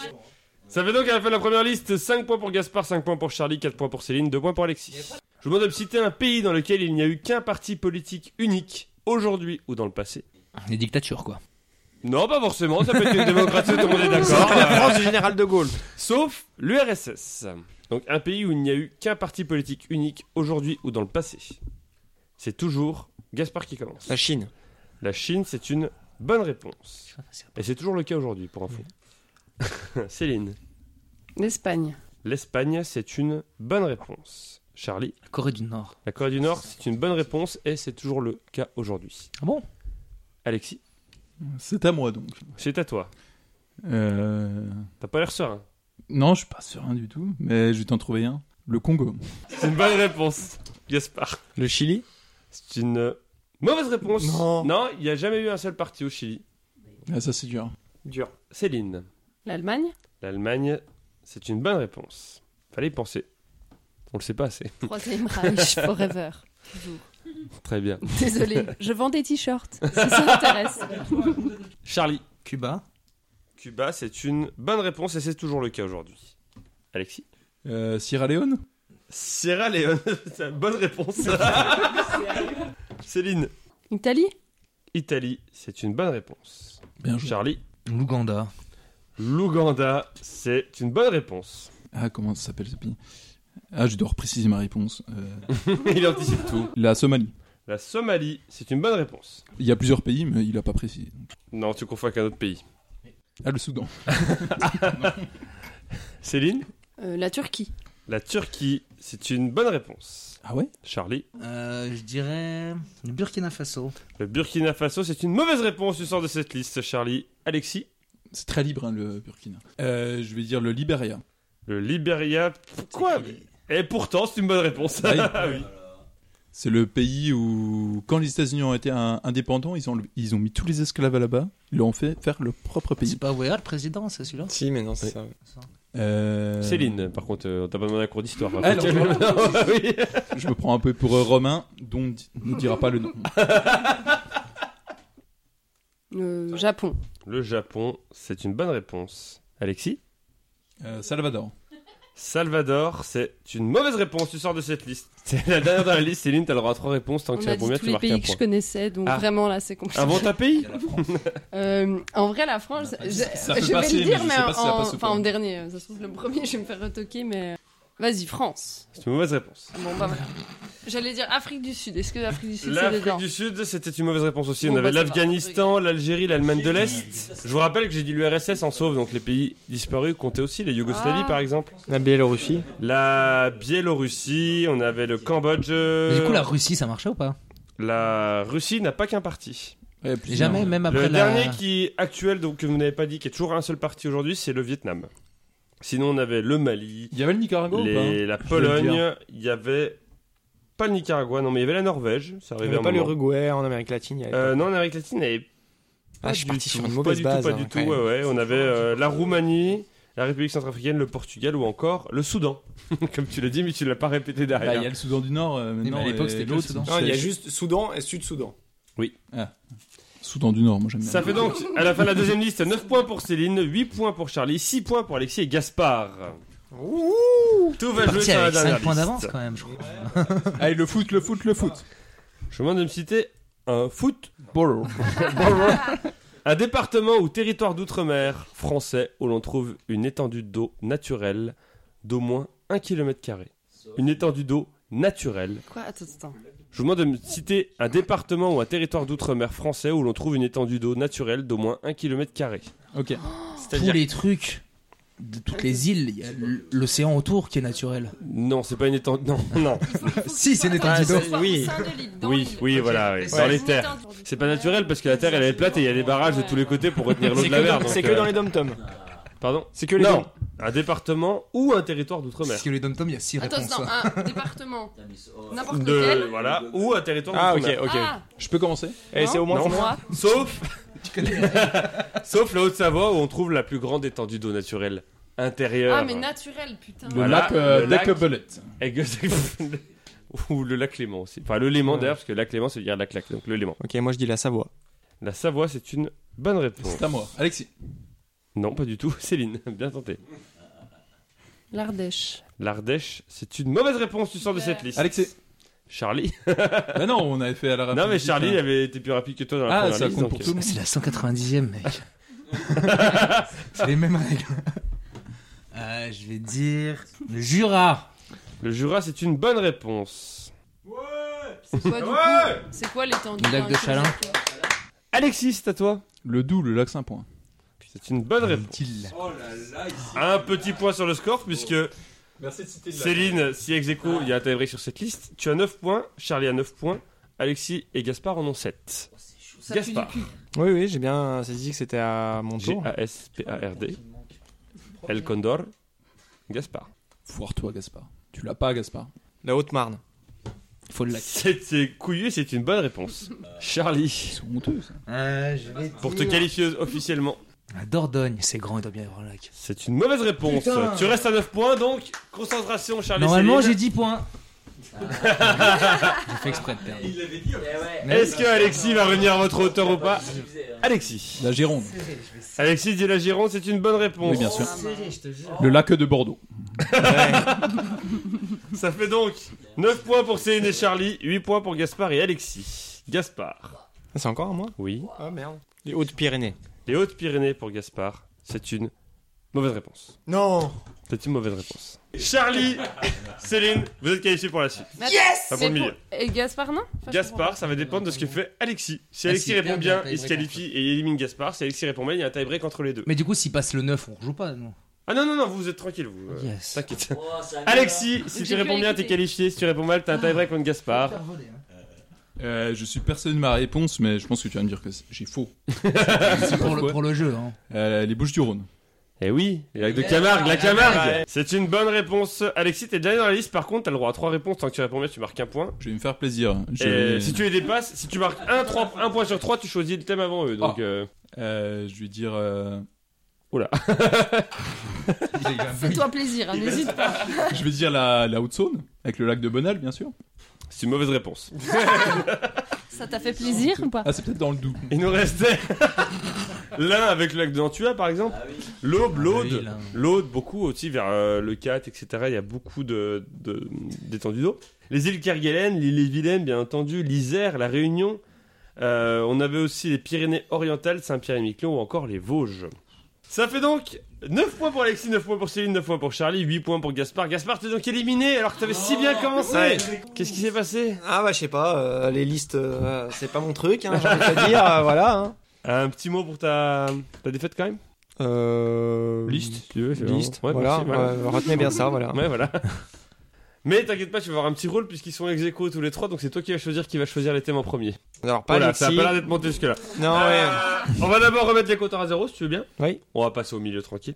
Speaker 1: Ça fait donc à la fin de la première liste 5 points pour Gaspard, 5 points pour Charlie, 4 points pour Céline, 2 points pour Alexis. Je vous demande de me citer un pays dans lequel il n'y a eu qu'un parti politique unique aujourd'hui ou dans le passé
Speaker 2: Les dictatures, quoi.
Speaker 1: Non, pas forcément, ça peut être une démocratie, tout le monde est d'accord.
Speaker 3: la France du général de Gaulle.
Speaker 1: Sauf l'URSS. Donc un pays où il n'y a eu qu'un parti politique unique aujourd'hui ou dans le passé. C'est toujours Gaspard qui commence.
Speaker 3: La Chine.
Speaker 1: La Chine, c'est une bonne réponse. Et c'est toujours le cas aujourd'hui, pour info. Céline.
Speaker 4: L'Espagne.
Speaker 1: L'Espagne, c'est une bonne réponse. Charlie.
Speaker 2: La Corée du Nord.
Speaker 1: La Corée du Nord, c'est une bonne réponse et c'est toujours le cas aujourd'hui.
Speaker 2: Ah bon
Speaker 1: Alexis,
Speaker 6: C'est à moi donc.
Speaker 1: c'est à toi.
Speaker 6: Euh...
Speaker 1: T'as pas l'air serein.
Speaker 6: Non, je suis pas serein du tout, mais je vais t'en trouver un. Le Congo.
Speaker 1: C'est une bonne réponse, Gaspard.
Speaker 3: Le Chili.
Speaker 1: C'est une mauvaise réponse.
Speaker 3: Non.
Speaker 1: il n'y a jamais eu un seul parti au Chili.
Speaker 6: Ah, ça c'est dur.
Speaker 3: Dur.
Speaker 1: Céline,
Speaker 4: L'Allemagne.
Speaker 1: l'Allemagne, c'est une bonne réponse. Fallait y penser. On le sait pas assez.
Speaker 4: Troisième Reich forever. Toujours.
Speaker 1: Très bien.
Speaker 4: Désolée, je vends des t-shirts si ça intéresse.
Speaker 1: Charlie,
Speaker 2: Cuba.
Speaker 1: Cuba, c'est une bonne réponse et c'est toujours le cas aujourd'hui. Alexis
Speaker 6: Euh, Sierra Leone
Speaker 1: Sierra Leone, c'est une bonne réponse. Céline,
Speaker 4: Italie
Speaker 1: Italie, c'est une bonne réponse.
Speaker 6: Bien joué.
Speaker 1: Charlie,
Speaker 2: L'Ouganda.
Speaker 1: L'Ouganda, c'est une bonne réponse.
Speaker 6: Ah, comment ça s'appelle ce pays Ah, je dois repréciser ma réponse. Euh,
Speaker 1: il anticipe tout.
Speaker 6: la Somalie.
Speaker 1: La Somalie, c'est une bonne réponse.
Speaker 6: Il y a plusieurs pays, mais il a pas précisé.
Speaker 1: Non, tu confonds avec un autre pays.
Speaker 6: Ah, le Soudan.
Speaker 1: Céline
Speaker 4: Euh, La Turquie.
Speaker 1: La Turquie, c'est une bonne réponse.
Speaker 6: Ah ouais
Speaker 1: Charlie
Speaker 2: Euh, je dirais. Le Burkina Faso.
Speaker 1: Le Burkina Faso, c'est une mauvaise réponse, tu sors de cette liste, Charlie. Alexis
Speaker 6: C'est très libre, hein, le Burkina. Euh, je vais dire le Liberia.
Speaker 1: Le Liberia, pourquoi Et pourtant, c'est une bonne réponse.
Speaker 6: Ah, il-
Speaker 1: Ah oui.
Speaker 6: C'est le pays où, quand les États-Unis ont été un- indépendants, ils ont, ils ont mis tous les esclaves là-bas. Ils leur ont fait faire leur propre pays.
Speaker 2: C'est pas Ouéa le président, c'est celui-là
Speaker 3: Si, mais non, c'est ça.
Speaker 6: Euh,
Speaker 1: Céline, par contre, euh, on t'a pas demandé un cours d'histoire. hein.
Speaker 6: Ah, non,
Speaker 1: Faut que- Oui.
Speaker 6: Je me prends un peu pour euh, Romain, dont on di- ne dira pas le nom.
Speaker 4: Euh, Japon.
Speaker 1: Le Japon, c'est une bonne réponse. Alexis
Speaker 6: Euh, Salvador.
Speaker 1: Salvador, c'est une mauvaise réponse, tu sors de cette liste. C'est la dernière dans la liste, Céline, t'as le droit à trois réponses, tant que
Speaker 4: On
Speaker 1: tu
Speaker 4: a
Speaker 1: réponds
Speaker 4: dit
Speaker 1: bien,
Speaker 4: tous
Speaker 1: tu
Speaker 4: les
Speaker 1: marques
Speaker 4: pays
Speaker 1: un
Speaker 4: que je
Speaker 1: point.
Speaker 4: connaissais, donc
Speaker 1: Ah.
Speaker 4: vraiment là c'est compliqué.
Speaker 1: Invente un pays
Speaker 4: Euh, en vrai la France,
Speaker 2: On a pas
Speaker 4: je,
Speaker 2: dit
Speaker 6: ça. Ça peut
Speaker 4: je vais
Speaker 6: passer,
Speaker 4: le dire,
Speaker 6: mais
Speaker 4: mais,
Speaker 6: je sais pas si ça
Speaker 4: en,
Speaker 6: passe ou
Speaker 4: enfin,
Speaker 6: pas.
Speaker 4: en dernier. euh, Ça se trouve le premier, je vais me faire retoquer, mais euh, vas-y France.
Speaker 1: C'est une mauvaise réponse.
Speaker 4: Bon bah voilà. J'allais dire Afrique du Sud. Est-ce que l'Afrique du Sud c'est
Speaker 1: L'Afrique
Speaker 4: dedans
Speaker 1: du Sud, c'était une mauvaise réponse aussi.
Speaker 4: Bon,
Speaker 1: On avait
Speaker 4: bah, ça va.
Speaker 1: l'Afghanistan, l'Algérie, l'Allemagne de l'Est. Je vous rappelle que j'ai dit l'URSS en sauve, donc les pays disparus comptaient aussi, la Yougoslavie
Speaker 4: Ah.
Speaker 1: par exemple.
Speaker 3: La Biélorussie.
Speaker 1: La Biélorussie, on avait le Cambodge.
Speaker 2: Mais Du coup, la
Speaker 1: Euh,
Speaker 2: Russie, ça marchait ou pas
Speaker 1: La Russie n'a pas qu'un parti.
Speaker 6: Ouais, plus-
Speaker 2: Jamais,
Speaker 6: non.
Speaker 2: même après
Speaker 1: le
Speaker 2: la.
Speaker 1: dernier qui est actuel, donc que vous n'avez pas dit, qui est toujours un seul parti aujourd'hui, c'est le Vietnam. Sinon, on avait le Mali,
Speaker 6: Il y avait le
Speaker 3: Ah
Speaker 6: Nicaragua ou pas hein
Speaker 3: ben,
Speaker 1: les- la
Speaker 6: Je vais le
Speaker 1: Pologne, il y avait pas le Nicaragua, non, mais il y avait la Norvège, ça
Speaker 3: Il
Speaker 1: arrivait
Speaker 3: n'y
Speaker 1: à un
Speaker 3: avait pas
Speaker 1: moment.
Speaker 3: l'Uruguay en Amérique latine. il y avait
Speaker 1: Euh, non, en Amérique latine, il n'y avait
Speaker 3: pas... Ah, je suis
Speaker 1: du
Speaker 3: parti
Speaker 1: tout,
Speaker 3: sur une
Speaker 1: pas
Speaker 3: mauvaise
Speaker 1: du
Speaker 3: base.
Speaker 1: Tout, pas
Speaker 3: hein,
Speaker 1: du tout,
Speaker 3: quand
Speaker 1: ouais,
Speaker 3: même.
Speaker 1: ouais. On avait euh, la Roumanie, la République centrafricaine, le Portugal ou encore le Soudan. Comme tu l'as dit, mais tu l'as pas répété
Speaker 6: Bah, Il
Speaker 1: derrière.
Speaker 6: y a le Soudan du Nord. euh,
Speaker 2: mais à
Speaker 6: maintenant,
Speaker 2: l'époque,
Speaker 6: et
Speaker 2: c'était que le
Speaker 6: l'autre.
Speaker 2: Soudan.
Speaker 1: Ah,
Speaker 3: Non, il y a juste Soudan et Sud-Soudan.
Speaker 6: Soudan du Nord, moi j'aime bien.
Speaker 1: Ça fait donc, à la fin de la deuxième liste, 9 points pour Céline, 8 points pour Charlie, 6 points pour Alexis et Gaspard. Tout va jouer
Speaker 2: Parti
Speaker 1: sur la
Speaker 2: avec
Speaker 1: dernière
Speaker 2: 5 points
Speaker 1: liste.
Speaker 2: d'avance quand même, je crois.
Speaker 6: Allez, le foot, le foot, le foot.
Speaker 1: Je vous demande de me citer un foot,
Speaker 6: Borrow.
Speaker 1: un département ou territoire d'outre-mer français où l'on trouve une étendue d'eau naturelle d'au moins 1 km. Une étendue d'eau naturelle
Speaker 4: Quoi Attends, attends.
Speaker 1: Je vous demande de me citer un département ou un territoire d'outre-mer français où l'on trouve une étendue d'eau naturelle d'au moins 1 km.
Speaker 6: Ok.
Speaker 2: Tous les trucs de toutes les îles, il y a l- l'océan autour qui est naturel.
Speaker 1: Non, c'est pas une étendue. Non, non.
Speaker 2: si, c'est une
Speaker 4: Ah,
Speaker 2: étendue d'eau.
Speaker 4: c'est-
Speaker 3: oui.
Speaker 4: c'est un délit, dans
Speaker 1: Oui,
Speaker 4: l'île.
Speaker 1: oui,
Speaker 2: Ok.
Speaker 1: voilà, oui,
Speaker 2: Ouais.
Speaker 1: dans les terres. C'est pas naturel parce que la terre elle est plate et il y a des barrages de tous les côtés pour retenir l'eau
Speaker 3: C'est
Speaker 1: de la
Speaker 3: que,
Speaker 1: mer.
Speaker 3: dans,
Speaker 1: donc,
Speaker 3: c'est que
Speaker 1: euh,
Speaker 3: dans les dom-toms.
Speaker 1: Pardon
Speaker 3: C'est que les
Speaker 1: Non,
Speaker 3: dom-
Speaker 1: un département ou un territoire d'outre-mer.
Speaker 2: Parce que les dom il y a 6
Speaker 4: Attends,
Speaker 2: réponses. hein.
Speaker 4: attends, un département. N'importe
Speaker 1: De,
Speaker 4: lequel.
Speaker 1: voilà, ou un territoire
Speaker 3: Ah, ok,
Speaker 1: d'outre-mer.
Speaker 3: ok.
Speaker 4: Ah,
Speaker 6: Je peux commencer
Speaker 3: Et Eh, c'est au moins
Speaker 1: Non.
Speaker 3: pour moi.
Speaker 4: moi.
Speaker 1: Sauf, sauf la Haute-Savoie où on trouve la plus grande étendue d'eau naturelle intérieure.
Speaker 4: Ah, mais naturel, putain.
Speaker 3: Ah,
Speaker 6: Le
Speaker 1: Voilà,
Speaker 6: lac euh,
Speaker 1: le lac.
Speaker 6: Lake Bullet.
Speaker 1: Et que c'est- Ou le lac Léman aussi. Enfin, le Léman d'ailleurs, parce que lac Léman, ça veut dire lac lac, donc le Léman.
Speaker 3: Ok, moi je dis la Savoie.
Speaker 1: La Savoie, c'est une bonne réponse.
Speaker 6: C'est à moi. Alexis.
Speaker 1: Non, pas du tout, Céline, bien tenté.
Speaker 4: L'Ardèche.
Speaker 1: L'Ardèche, c'est une mauvaise réponse, tu sors de cette liste.
Speaker 6: Alexis.
Speaker 1: Charlie.
Speaker 6: Bah non, on avait fait à la rapide.
Speaker 1: non, mais Charlie il avait été plus rapide que toi dans la
Speaker 6: Ah,
Speaker 1: première
Speaker 6: ça
Speaker 1: liste,
Speaker 6: compte
Speaker 1: donc, euh,
Speaker 6: pour tout.
Speaker 2: C'est la 190e, mec. C'est les mêmes règles. Euh, je vais dire le Jura.
Speaker 1: Le Jura, c'est une bonne réponse.
Speaker 4: C'est quoi, du
Speaker 1: Ouais
Speaker 4: coup C'est quoi l'étendue
Speaker 2: Le lac
Speaker 4: d'un
Speaker 2: de Chalin.
Speaker 4: kilomètre
Speaker 1: Alexis, c'est à toi.
Speaker 6: Le doux, le lac Saint-Point.
Speaker 1: C'est une bonne réponse.
Speaker 2: Dit-il.
Speaker 6: Oh
Speaker 1: Un petit point sur le score, puisque
Speaker 6: Merci de citer
Speaker 1: Céline, si ex aequo, il y a un tie break sur cette liste. Tu as 9 points, Charlie a 9 points, Alexis et Gaspard en ont 7.
Speaker 4: Ça pue du
Speaker 1: Gaspard,
Speaker 4: cul.
Speaker 3: Oui, oui, j'ai bien saisi que c'était à mon tour.
Speaker 1: G-A-S-P-A-R-D, El Condor, Gaspard.
Speaker 6: Foire-toi, Gaspard. Tu l'as pas, Gaspard.
Speaker 3: La Haute-Marne.
Speaker 2: Faut le lac.
Speaker 1: C'était couillu, c'est une bonne réponse.
Speaker 6: Ils
Speaker 1: Charlie,
Speaker 6: sont honteux, ça.
Speaker 2: Euh, je vais
Speaker 1: pour te
Speaker 2: dire-
Speaker 1: qualifier officiellement,
Speaker 2: La Dordogne, c'est grand, il doit bien y avoir un lac.
Speaker 1: c'est une mauvaise réponse.
Speaker 2: Putain.
Speaker 1: Tu restes à 9 points, donc concentration, Charlie.
Speaker 2: Normalement, j'ai
Speaker 1: Céline.
Speaker 2: 10 points. j'ai fait exprès de perdre.
Speaker 5: Il l'avait dit.
Speaker 1: Est-ce que Alexis va revenir à votre hauteur ou pas Alexis.
Speaker 6: La Gironde.
Speaker 1: Alexis dit la Gironde, c'est une bonne réponse.
Speaker 6: Oui, bien sûr.
Speaker 4: Ah,
Speaker 6: Le lac de Bordeaux.
Speaker 1: Ça fait donc 9 points pour Céline et Charlie, 8 points pour Gaspard et Alexis. Gaspard.
Speaker 3: C'est encore à moi
Speaker 1: Oui.
Speaker 3: Ah merde. Les Hautes-Pyrénées.
Speaker 1: Les Hautes-Pyrénées pour Gaspard, c'est une mauvaise réponse.
Speaker 3: Non
Speaker 1: C'est une mauvaise réponse. Charlie, Céline, vous êtes qualifiés pour la suite.
Speaker 4: Mais
Speaker 1: Ça prend le
Speaker 4: Mais pour-
Speaker 1: milieu.
Speaker 4: Et Gaspard, non Enfin, je
Speaker 1: Gaspard, ça va dépendre de ce que fait Alexis. Si
Speaker 2: Ah,
Speaker 1: Alexis
Speaker 2: si,
Speaker 1: répond
Speaker 2: bien,
Speaker 1: bien,
Speaker 2: bien,
Speaker 1: il se
Speaker 2: tie-break
Speaker 1: qualifie et il élimine Gaspard. Si Alexis répond mal, il y a un tie-break entre les deux.
Speaker 2: Mais du coup, s'il passe le 9, on rejoue pas, non
Speaker 1: Ah non, non, non, vous vous êtes tranquille, vous. euh,
Speaker 2: Yes.
Speaker 1: T'inquiète. Alexis, si
Speaker 4: J'ai
Speaker 1: tu
Speaker 4: pu
Speaker 1: réponds bien,
Speaker 4: l'écouter.
Speaker 1: t'es qualifié. Si tu réponds mal, t'as un tie-break contre Gaspard.
Speaker 6: Euh, je suis persuadé de ma réponse, mais je pense que tu vas me dire que c'est- j'ai faux.
Speaker 2: C'est pour le, pour le jeu, hein.
Speaker 6: Euh, les Bouches-du-Rhône.
Speaker 1: Eh oui, les lacs de Camargue, la Camargue C'est une bonne réponse. Alexis, t'es dernier dans la liste, par contre, t'as le droit à 3 réponses. Tant que tu réponds bien, tu marques un point.
Speaker 6: Je vais me faire plaisir. Je,
Speaker 1: Et Euh, si tu les dépasses, si tu marques un, trois- un point sur 3, tu choisis le thème avant eux. Donc, euh,
Speaker 6: Euh, je vais dire. euh,
Speaker 4: Fais-toi plaisir, hein, n'hésite pas.
Speaker 6: je vais dire la, la Haute-Saône, avec le lac de Bonal, bien sûr.
Speaker 1: c'est une mauvaise réponse.
Speaker 4: Ça t'a fait plaisir ou pas
Speaker 6: Ah, c'est peut-être dans le Doubs.
Speaker 1: Il nous restait l'un avec le lac de Nantua, par exemple. L'Aube,
Speaker 2: Ah oui,
Speaker 1: l'Aude.
Speaker 2: là.
Speaker 1: L'Aude, beaucoup aussi vers euh, le 4, etc. Il y a beaucoup de, de- d'étendues d'eau. Les îles Kerguelen, l'île et Vilaine, bien entendu, l'Isère, la Réunion. Euh, on avait aussi les Pyrénées-Orientales, Saint-Pierre et Miquelon ou encore les Vosges. Ça fait donc 9 points pour Alexis, 9 points pour Céline, 9 points pour Charlie, 8 points pour Gaspard. Gaspard, t'es donc éliminé alors que t'avais si bien commencé.
Speaker 3: Ouais.
Speaker 1: Qu'est-ce qui s'est passé
Speaker 3: Ah bah je sais pas, euh, les listes, euh, c'est pas mon truc, hein, j'ai envie de te dire, euh, voilà. hein.
Speaker 1: Un petit mot pour ta, ta défaite quand même
Speaker 3: Euh...
Speaker 1: Liste, tu veux, c'est
Speaker 3: Liste,
Speaker 1: vraiment- ouais,
Speaker 3: voilà,
Speaker 1: merci, voilà.
Speaker 3: euh, retenez bien ça, voilà.
Speaker 1: Ouais, voilà. Mais t'inquiète pas, tu vas avoir un petit rôle puisqu'ils sont ex aequo tous les trois, donc c'est toi qui vas choisir qui va choisir les thèmes en premier.
Speaker 3: Alors pas
Speaker 1: voilà,
Speaker 3: Alexis.
Speaker 1: ça a pas l'air d'être monté jusque-là.
Speaker 3: Non, ouais.
Speaker 1: Euh, on va d'abord remettre les compteurs à zéro si tu veux bien.
Speaker 3: Oui.
Speaker 1: On va passer au milieu tranquille.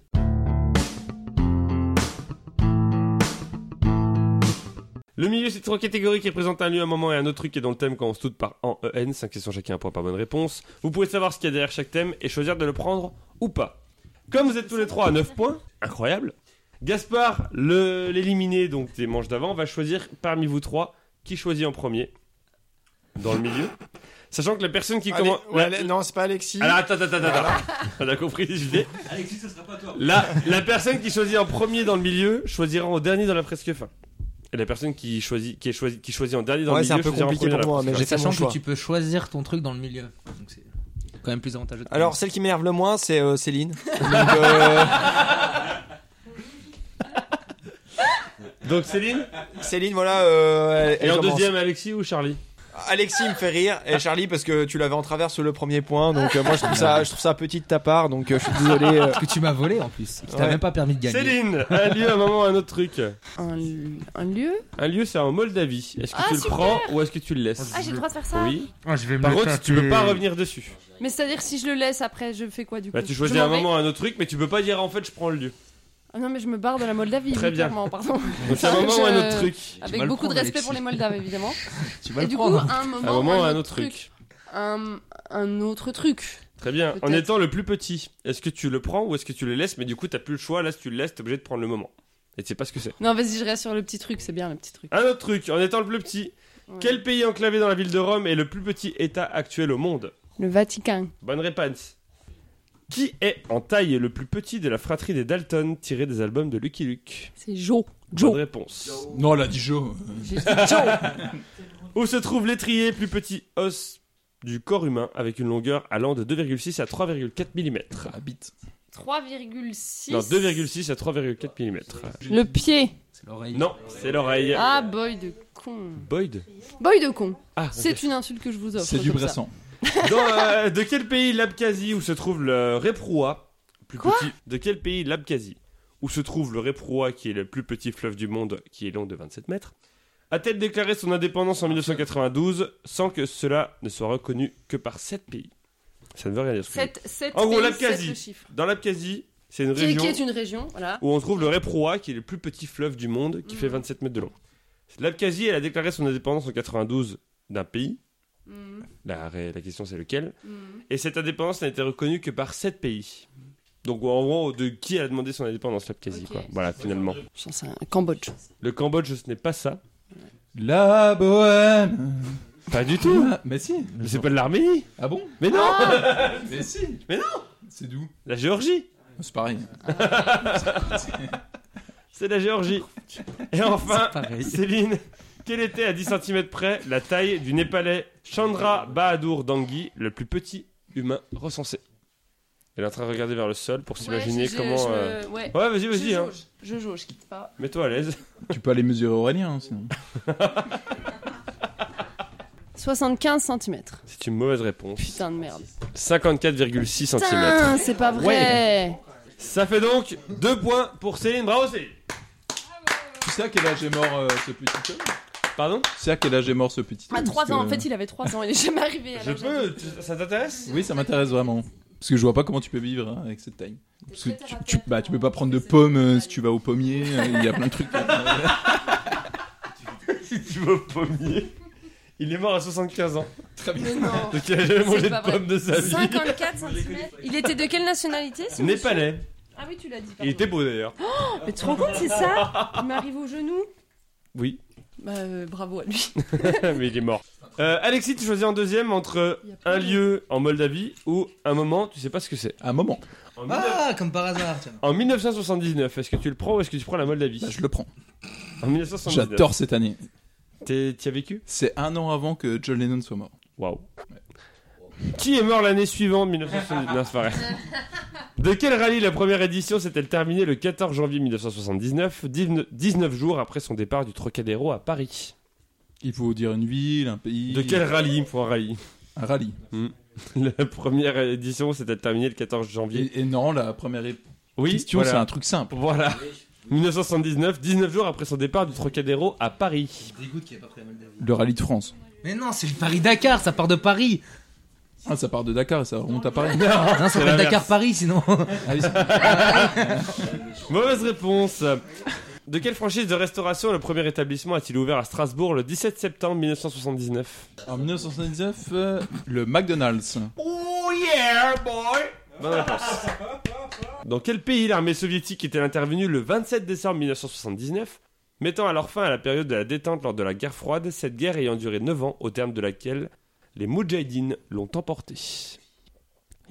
Speaker 1: Le milieu, c'est trois catégories qui représentent un lieu, un moment et un autre truc et dont le thème commence toutes par en EN. 5 questions chacun, un point par bonne réponse. Vous pouvez savoir ce qu'il y a derrière chaque thème et choisir de le prendre ou pas. Comme vous êtes tous les trois à 9 points, incroyable. Gaspard, le- l'éliminé donc des manches d'avant, va choisir parmi vous trois qui choisit en premier dans le milieu. Sachant que la personne qui
Speaker 3: Allez,
Speaker 1: commence.
Speaker 3: ouais,
Speaker 1: la- Ah,
Speaker 3: allez, non, c'est pas Alexis.
Speaker 1: Mmh. alors attends, attends, attends, attends. On a compris l'idée.
Speaker 5: Alexis, ce sera pas toi.
Speaker 1: La, la personne qui choisit en premier dans le milieu choisira en dernier dans la presque fin. Et la personne qui choisit, qui est choisi, qui choisit en dernier dans
Speaker 3: ouais,
Speaker 1: le
Speaker 3: c'est
Speaker 1: milieu
Speaker 3: un peu
Speaker 1: choisira en
Speaker 3: compliqué
Speaker 1: premier
Speaker 3: pour
Speaker 1: dans la
Speaker 3: moi, mais
Speaker 1: presque
Speaker 3: j'ai fait mon
Speaker 2: Sachant
Speaker 3: choix.
Speaker 2: que tu peux choisir ton truc dans le milieu. Donc c'est quand même plus avantageux. de-
Speaker 3: Alors celle qui m'énerve le moins, c'est euh, Céline. Donc, euh,
Speaker 1: fin. Donc Céline
Speaker 3: Céline, voilà. euh, elle-
Speaker 1: Et
Speaker 3: elle
Speaker 1: en
Speaker 3: commence.
Speaker 1: deuxième Alexis ou Charlie
Speaker 3: Alexis me fait rire et Charlie parce que tu l'avais en travers sur le premier point. Donc euh, moi je trouve ça, je trouve ça petit de ta part. Donc euh, je suis désolé. euh.
Speaker 2: Parce que tu m'as volé en plus. Tu t'as
Speaker 3: Ouais.
Speaker 2: même pas permis de gagner.
Speaker 1: Céline Un lieu, un moment, un autre truc.
Speaker 4: Un, lieu- un lieu
Speaker 1: Un lieu c'est en Moldavie. Est-ce que
Speaker 4: Ah,
Speaker 1: tu le
Speaker 4: super
Speaker 1: prends ou est-ce que tu le laisses
Speaker 4: Ah, j'ai le droit de faire ça
Speaker 1: Oui.
Speaker 2: Ah, je vais me
Speaker 1: Par
Speaker 2: le
Speaker 1: contre,
Speaker 2: taper.
Speaker 1: tu peux pas revenir dessus.
Speaker 4: Mais c'est-à-dire, si je le laisse après, je fais quoi du coup
Speaker 1: Bah, tu choisis
Speaker 4: Je m'en
Speaker 1: un
Speaker 4: vais
Speaker 1: moment, un autre truc, mais tu peux pas dire en fait je prends le lieu.
Speaker 4: Ah non, mais je me barre de la Moldavie,
Speaker 1: Très bien.
Speaker 4: clairement, pardon.
Speaker 1: Donc c'est un moment
Speaker 4: Je-
Speaker 1: ou un autre truc.
Speaker 2: vas
Speaker 4: Avec
Speaker 2: le
Speaker 4: beaucoup de
Speaker 2: prendre,
Speaker 4: respect
Speaker 2: Alexis.
Speaker 4: pour les Moldaves, évidemment.
Speaker 2: Tu vas
Speaker 4: Et
Speaker 2: le
Speaker 4: du coup,
Speaker 2: prendre.
Speaker 4: un moment,
Speaker 1: Un moment ou un autre truc.
Speaker 4: Un, un autre truc.
Speaker 1: Très bien. En
Speaker 4: Peut-être.
Speaker 1: étant le plus petit, est-ce que tu le prends ou est-ce que tu le laisses Mais du coup, t'as plus le choix. Là, si tu le laisses, t'es obligé de prendre le moment. Et tu sais pas ce que c'est.
Speaker 4: Non, vas-y, je reste sur le petit truc, c'est bien le petit truc.
Speaker 1: Un autre truc, en étant le plus petit,
Speaker 4: Ouais.
Speaker 1: quel pays enclavé dans la ville de Rome est le plus petit état actuel au monde
Speaker 4: Le Vatican.
Speaker 1: Bonne réponse. Qui est en taille le plus petit de la fratrie des Dalton tiré des albums de Lucky Luke
Speaker 4: C'est Joe.
Speaker 1: Bonne
Speaker 4: Joe.
Speaker 1: réponse.
Speaker 6: Non, euh, là, dit Joe.
Speaker 4: J'ai dit Joe.
Speaker 1: Où se trouve l'étrier plus petit os du corps humain avec une longueur allant de 2,6 à 3,4 mm
Speaker 6: Ah, bite.
Speaker 4: 3,6.
Speaker 1: Non, 2,6 à 3,4 mm.
Speaker 4: Le pied.
Speaker 2: C'est l'oreille.
Speaker 1: Non, c'est l'oreille.
Speaker 4: Ah, boy de con.
Speaker 1: Boyd
Speaker 4: Boy de con.
Speaker 1: Ah,
Speaker 4: C'est une insulte que je vous offre.
Speaker 6: C'est du
Speaker 4: comme ça.
Speaker 6: Bressan.
Speaker 1: Dans, euh, de quel pays l'Abkhazie où se trouve le Reproua plus
Speaker 4: Quoi
Speaker 1: petit De quel pays l'Abkhazie où se trouve le Reproua qui est le plus petit fleuve du monde qui est long de 27 mètres a-t-elle déclaré son indépendance en
Speaker 4: Ah,
Speaker 1: 1992 sans que cela ne soit reconnu que par 7 pays Ça ne veut rien dire. ce que je dis.
Speaker 4: Sept- sept
Speaker 1: En gros,
Speaker 4: pays,
Speaker 1: l'Abkhazie.
Speaker 4: sept chiffres.
Speaker 1: Dans l'Abkhazie, c'est une
Speaker 4: Qui est,
Speaker 1: région
Speaker 4: qui est une région, voilà.
Speaker 1: où on trouve le Reproua qui est le plus petit fleuve du monde qui fait
Speaker 4: Hmm.
Speaker 1: 27 mètres de long. L'Abkhazie, elle a déclaré son indépendance en 92 d'un pays.
Speaker 4: Mhm.
Speaker 1: La, ré- la question c'est lequel
Speaker 4: Mhm.
Speaker 1: Et cette indépendance n'a été reconnue que par 7 pays. Donc en gros, de qui elle a demandé son indépendance l'Abkhazie
Speaker 4: Ok.
Speaker 1: quoi. Voilà, finalement.
Speaker 4: Je pense à un Cambodge.
Speaker 1: Le Cambodge, ce n'est pas ça.
Speaker 6: La Bohème. Ah,
Speaker 1: Pas du tout.
Speaker 6: Mais si.
Speaker 1: Mais c'est pas de l'Arménie.
Speaker 6: Ah bon
Speaker 1: Mais non
Speaker 6: Mais si.
Speaker 1: Mais
Speaker 6: non. C'est d'où
Speaker 1: La Géorgie.
Speaker 6: C'est pareil.
Speaker 1: C'est la Géorgie. Et enfin,
Speaker 2: Pareil.
Speaker 1: Céline, quelle était à 10 cm près la taille du Népalais Chandra Bahadur Dangi, le plus petit humain recensé Elle est en train de regarder vers le sol pour s'imaginer
Speaker 4: Ouais, j'ai-
Speaker 1: comment.
Speaker 4: je me-
Speaker 1: euh,
Speaker 4: ouais.
Speaker 1: Ouais, vas-y,
Speaker 4: Je
Speaker 1: vas-y, hein.
Speaker 4: jauge, je jauge, je quitte pas.
Speaker 1: mets-toi à l'aise.
Speaker 6: tu peux aller mesurer Aurélien, hein, sinon.
Speaker 4: 75 cm.
Speaker 1: C'est une mauvaise réponse.
Speaker 4: Putain de merde.
Speaker 1: 54,6 cm.
Speaker 4: Putain, c'est pas vrai.
Speaker 1: Ça fait donc 2 points pour Céline. Bravo Céline
Speaker 6: Tu sais à quel âge est mort euh, ce petit homme
Speaker 1: Pardon
Speaker 6: Tu sais à quel âge est mort ce petit homme
Speaker 4: À 3
Speaker 6: Parce
Speaker 4: ans,
Speaker 6: que-
Speaker 4: en fait, il avait 3 ans, il est jamais arrivé. à
Speaker 1: Je
Speaker 4: l'âge
Speaker 1: peux tu- Ça t'intéresse
Speaker 6: Oui, ça m'intéresse vraiment. Parce que je vois pas comment tu peux vivre hein, avec cette taille. Parce que
Speaker 4: très
Speaker 6: tu,
Speaker 4: thérapeute,
Speaker 6: tu- bah, tu peux pas
Speaker 4: hein,
Speaker 6: prendre de
Speaker 4: c'est-
Speaker 6: pommes euh, si tu vas au pommier. euh, Il y a plein de trucs. euh,
Speaker 1: Si tu vas au pommier. Il est mort à 75 ans.
Speaker 6: Très bien.
Speaker 4: Mais non.
Speaker 1: Donc il a jamais mangé de
Speaker 4: pas vrai.
Speaker 1: pommes de sa vie.
Speaker 4: 54 cm. Il était de quelle nationalité ce monsieur
Speaker 1: Népalais.
Speaker 4: Ah oui, tu l'as dit.
Speaker 1: Il
Speaker 4: pardon.
Speaker 1: était beau d'ailleurs.
Speaker 4: Mais tu te rends compte, c'est ça Il m'arrive au genou
Speaker 1: Oui,
Speaker 4: Bah, euh, bravo à lui.
Speaker 1: mais il est mort. Euh, Alexis, tu choisis en deuxième entre
Speaker 4: Il y a plein
Speaker 1: un
Speaker 4: de-
Speaker 1: lieu en Moldavie ou un moment, tu sais pas ce que c'est.
Speaker 6: À un moment,
Speaker 1: En,
Speaker 2: Ah, comme par hasard, tiens.
Speaker 1: 1979, est-ce que tu le prends ou est-ce que tu prends la Moldavie
Speaker 6: bah, je le prends.
Speaker 1: En 1979.
Speaker 6: J'adore cette année.
Speaker 1: T'es- T'y as vécu
Speaker 6: C'est un an avant que John Lennon soit mort.
Speaker 1: Waouh. Qui est mort l'année suivante, 1979 c'est pas vrai. De quel rallye la première édition s'est-elle terminée le 14 janvier 1979, 19 jours après son départ du Trocadéro à Paris
Speaker 6: Il faut dire une ville, un pays.
Speaker 1: De quel rallye Il me faut un rallye.
Speaker 6: Un rallye.
Speaker 1: La première édition s'est-elle terminée le 14 janvier.
Speaker 6: Et, et non, la première é-
Speaker 1: Oui,
Speaker 6: question, c'est
Speaker 1: voilà.
Speaker 6: un truc simple.
Speaker 1: Voilà. 1979, 19 jours après son départ du Trocadéro à Paris.
Speaker 2: Dégoûte qu'il ait pas pris la Moldavie.
Speaker 6: Le rallye de France.
Speaker 2: Mais non, c'est le Paris-Dakar, ça part de Paris.
Speaker 6: Ah, ça part de Dakar et ça remonte à Paris.
Speaker 2: Non, ça s'appelle
Speaker 1: Ah, l'inverse.
Speaker 2: Dakar-Paris, sinon.
Speaker 6: Ah oui, c'est-
Speaker 1: Mauvaise réponse. De quelle franchise de restauration le premier établissement a-t-il ouvert à Strasbourg le 17 septembre 1979
Speaker 6: en 1979, euh, le McDonald's.
Speaker 1: Oh yeah, boy Bonne réponse. Dans quel pays l'armée soviétique est-elle intervenue le 27 décembre 1979, mettant alors fin à la période de la détente lors de la guerre froide, cette guerre ayant duré 9 ans, au terme de laquelle les Moudjahidines l'ont emporté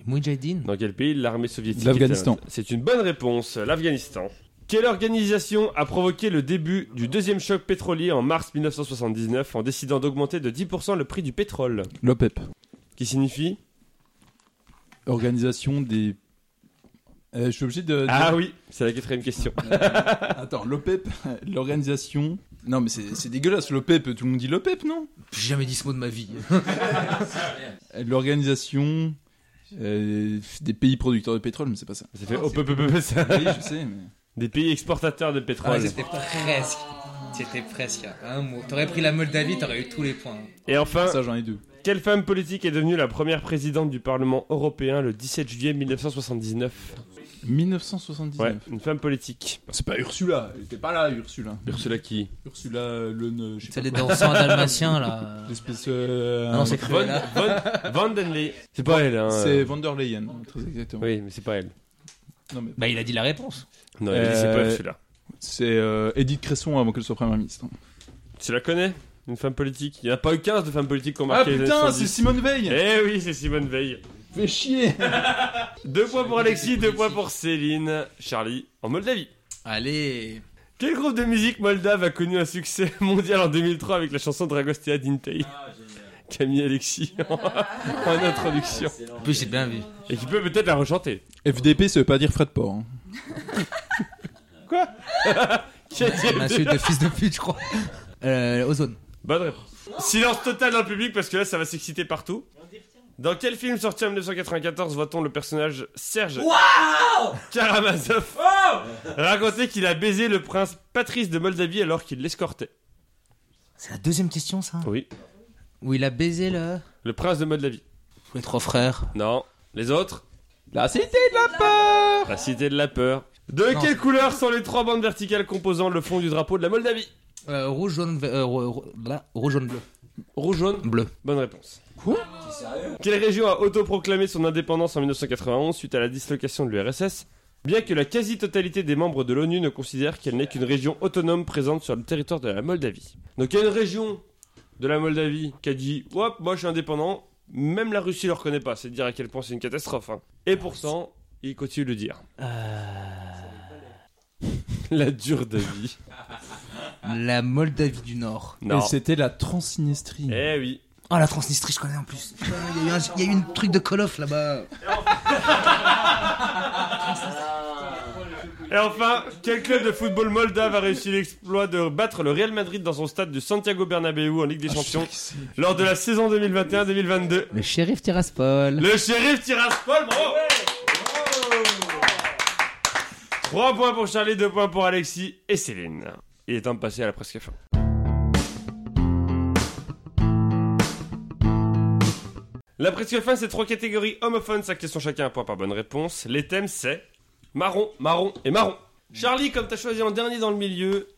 Speaker 2: Moudjahidine.
Speaker 1: Dans quel pays l'armée soviétique
Speaker 6: L'Afghanistan.
Speaker 1: est-elle- C'est une bonne réponse, l'Afghanistan. Quelle organisation a provoqué le début du deuxième choc pétrolier en mars 1979 en décidant d'augmenter de 10% le prix du pétrole
Speaker 6: L'OPEP.
Speaker 1: Qui signifie
Speaker 6: Organisation des. Euh, je suis obligé de.
Speaker 1: Ah oui, c'est la quatrième question.
Speaker 6: Attends, l'OPEP, l'organisation. Non, mais c'est c'est dégueulasse, l'OPEP, tout le monde dit l'OPEP, non Euh,
Speaker 2: J'ai jamais dit ce mot de ma vie.
Speaker 6: L'organisation euh, des pays producteurs de pétrole, mais c'est pas ça.
Speaker 1: Ça fait oh, peu, peu, peu, peu, ça.
Speaker 6: Oui, je sais, mais.
Speaker 1: Des pays exportateurs de pétrole.
Speaker 2: Ah, C'était presque. C'était presque, un mot. T'aurais pris la Moldavie, t'aurais eu tous les points.
Speaker 1: Et enfin,
Speaker 6: Ça, j'en ai deux.
Speaker 1: quelle femme politique est devenue la première présidente du Parlement européen le 17 juillet 1979
Speaker 6: 1979.
Speaker 1: Ouais, une femme politique.
Speaker 6: C'est pas Ursula, elle était pas là, Ursula.
Speaker 1: Ursula qui
Speaker 6: Ursula, le. ne- Je sais
Speaker 2: C'est
Speaker 6: pas.
Speaker 2: les dansants dalmatiens, là.
Speaker 6: L'espèce. euh,
Speaker 2: Ah non, c'est
Speaker 1: Von,
Speaker 2: Cruella.
Speaker 1: Von- Von den Lee. C'est pas elle, hein.
Speaker 6: C'est Van der Leyen, très exactement.
Speaker 1: Oui, mais c'est pas elle.
Speaker 6: Non, mais...
Speaker 2: Bah, il a dit la réponse.
Speaker 1: Non,
Speaker 6: Euh,
Speaker 1: elle dit, c'est pas Ursula.
Speaker 6: C'est euh, Edith Cresson avant qu'elle soit première ministre.
Speaker 1: Tu la connais Une femme politique Il n'y en a pas eu 15 de femmes politiques qui ont
Speaker 6: Ah
Speaker 1: marqué les années
Speaker 6: putain, c'est
Speaker 1: 70.
Speaker 6: Simone Veil
Speaker 1: Eh oui, c'est Simone Veil.
Speaker 6: Fais chier
Speaker 1: Deux points pour Alexis, deux points pour Céline. Charlie, en Moldavie.
Speaker 2: Allez
Speaker 1: Quel groupe de musique moldave a connu un succès mondial en 2003 avec la chanson Dragostea Dintei
Speaker 5: Ah, génial. Ah,
Speaker 1: Camille Alexis en, en introduction.
Speaker 5: Excellent.
Speaker 2: En plus, j'ai bien vu.
Speaker 1: Et qui peut peut-être la rechanter.
Speaker 6: FDP, ça veut pas dire Fred Port. hein.
Speaker 1: Qui a dit-
Speaker 2: C'est une insulte de fils de pute, je crois. Euh, ozone.
Speaker 1: Bonne réponse. Silence total dans le public parce que là ça va s'exciter partout. Dans quel film sorti en 1994 voit-on le personnage Serge Karamazov
Speaker 5: Oh!
Speaker 1: raconter qu'il a baisé le prince Patrice de Moldavie alors qu'il l'escortait
Speaker 2: C'est la deuxième question, ça
Speaker 1: Oui.
Speaker 2: Où il a baisé le.
Speaker 1: Le prince de Moldavie.
Speaker 2: Les trois frères.
Speaker 1: Non. Les autres
Speaker 6: La cité de la peur
Speaker 1: La cité de la peur. De
Speaker 2: Non.
Speaker 1: quelle couleur sont les trois bandes verticales composant le fond du drapeau de la Moldavie
Speaker 2: Euh, rouge, jaune, ve- euh, ro- ro- là, rouge, jaune, bleu.
Speaker 1: Rouge, jaune
Speaker 2: Bleu.
Speaker 1: Bonne réponse.
Speaker 5: T'es sérieux
Speaker 1: Quelle région a autoproclamé son indépendance en 1991 suite à la dislocation de l'URSS Bien que la quasi-totalité des membres de l'ONU ne considère qu'elle n'est qu'une région autonome présente sur le territoire de la Moldavie. Donc il y a une région de la Moldavie qui a dit Hop, moi je suis indépendant, même la Russie ne le reconnaît pas, c'est dire à quel point c'est une catastrophe. hein. Et pourtant, il continue de le dire. La dure de vie.
Speaker 2: La Moldavie du Nord.
Speaker 1: Non.
Speaker 6: Et c'était la Transnistrie.
Speaker 1: Eh oui.
Speaker 2: Ah, la Transnistrie, je connais en plus. Putain, Il y a eu un- il y a eu une truc de Call of là-bas.
Speaker 1: Et enfin, quel club de football moldave a réussi l'exploit de battre le Real Madrid dans son stade de Santiago Bernabéu en Ligue des Champions lors de la saison 2021-2022
Speaker 2: Le shérif Tiraspol.
Speaker 1: Le shérif Tiraspol, bravo 3 points pour Charlie, 2 points pour Alexis et Céline. Il est temps de passer à la presque fin. La presque fin, c'est trois catégories homophones, 5 questions chacun, un point par bonne réponse. Les thèmes, c'est marron, marron et marron. Charlie, comme t'as choisi en dernier dans le milieu,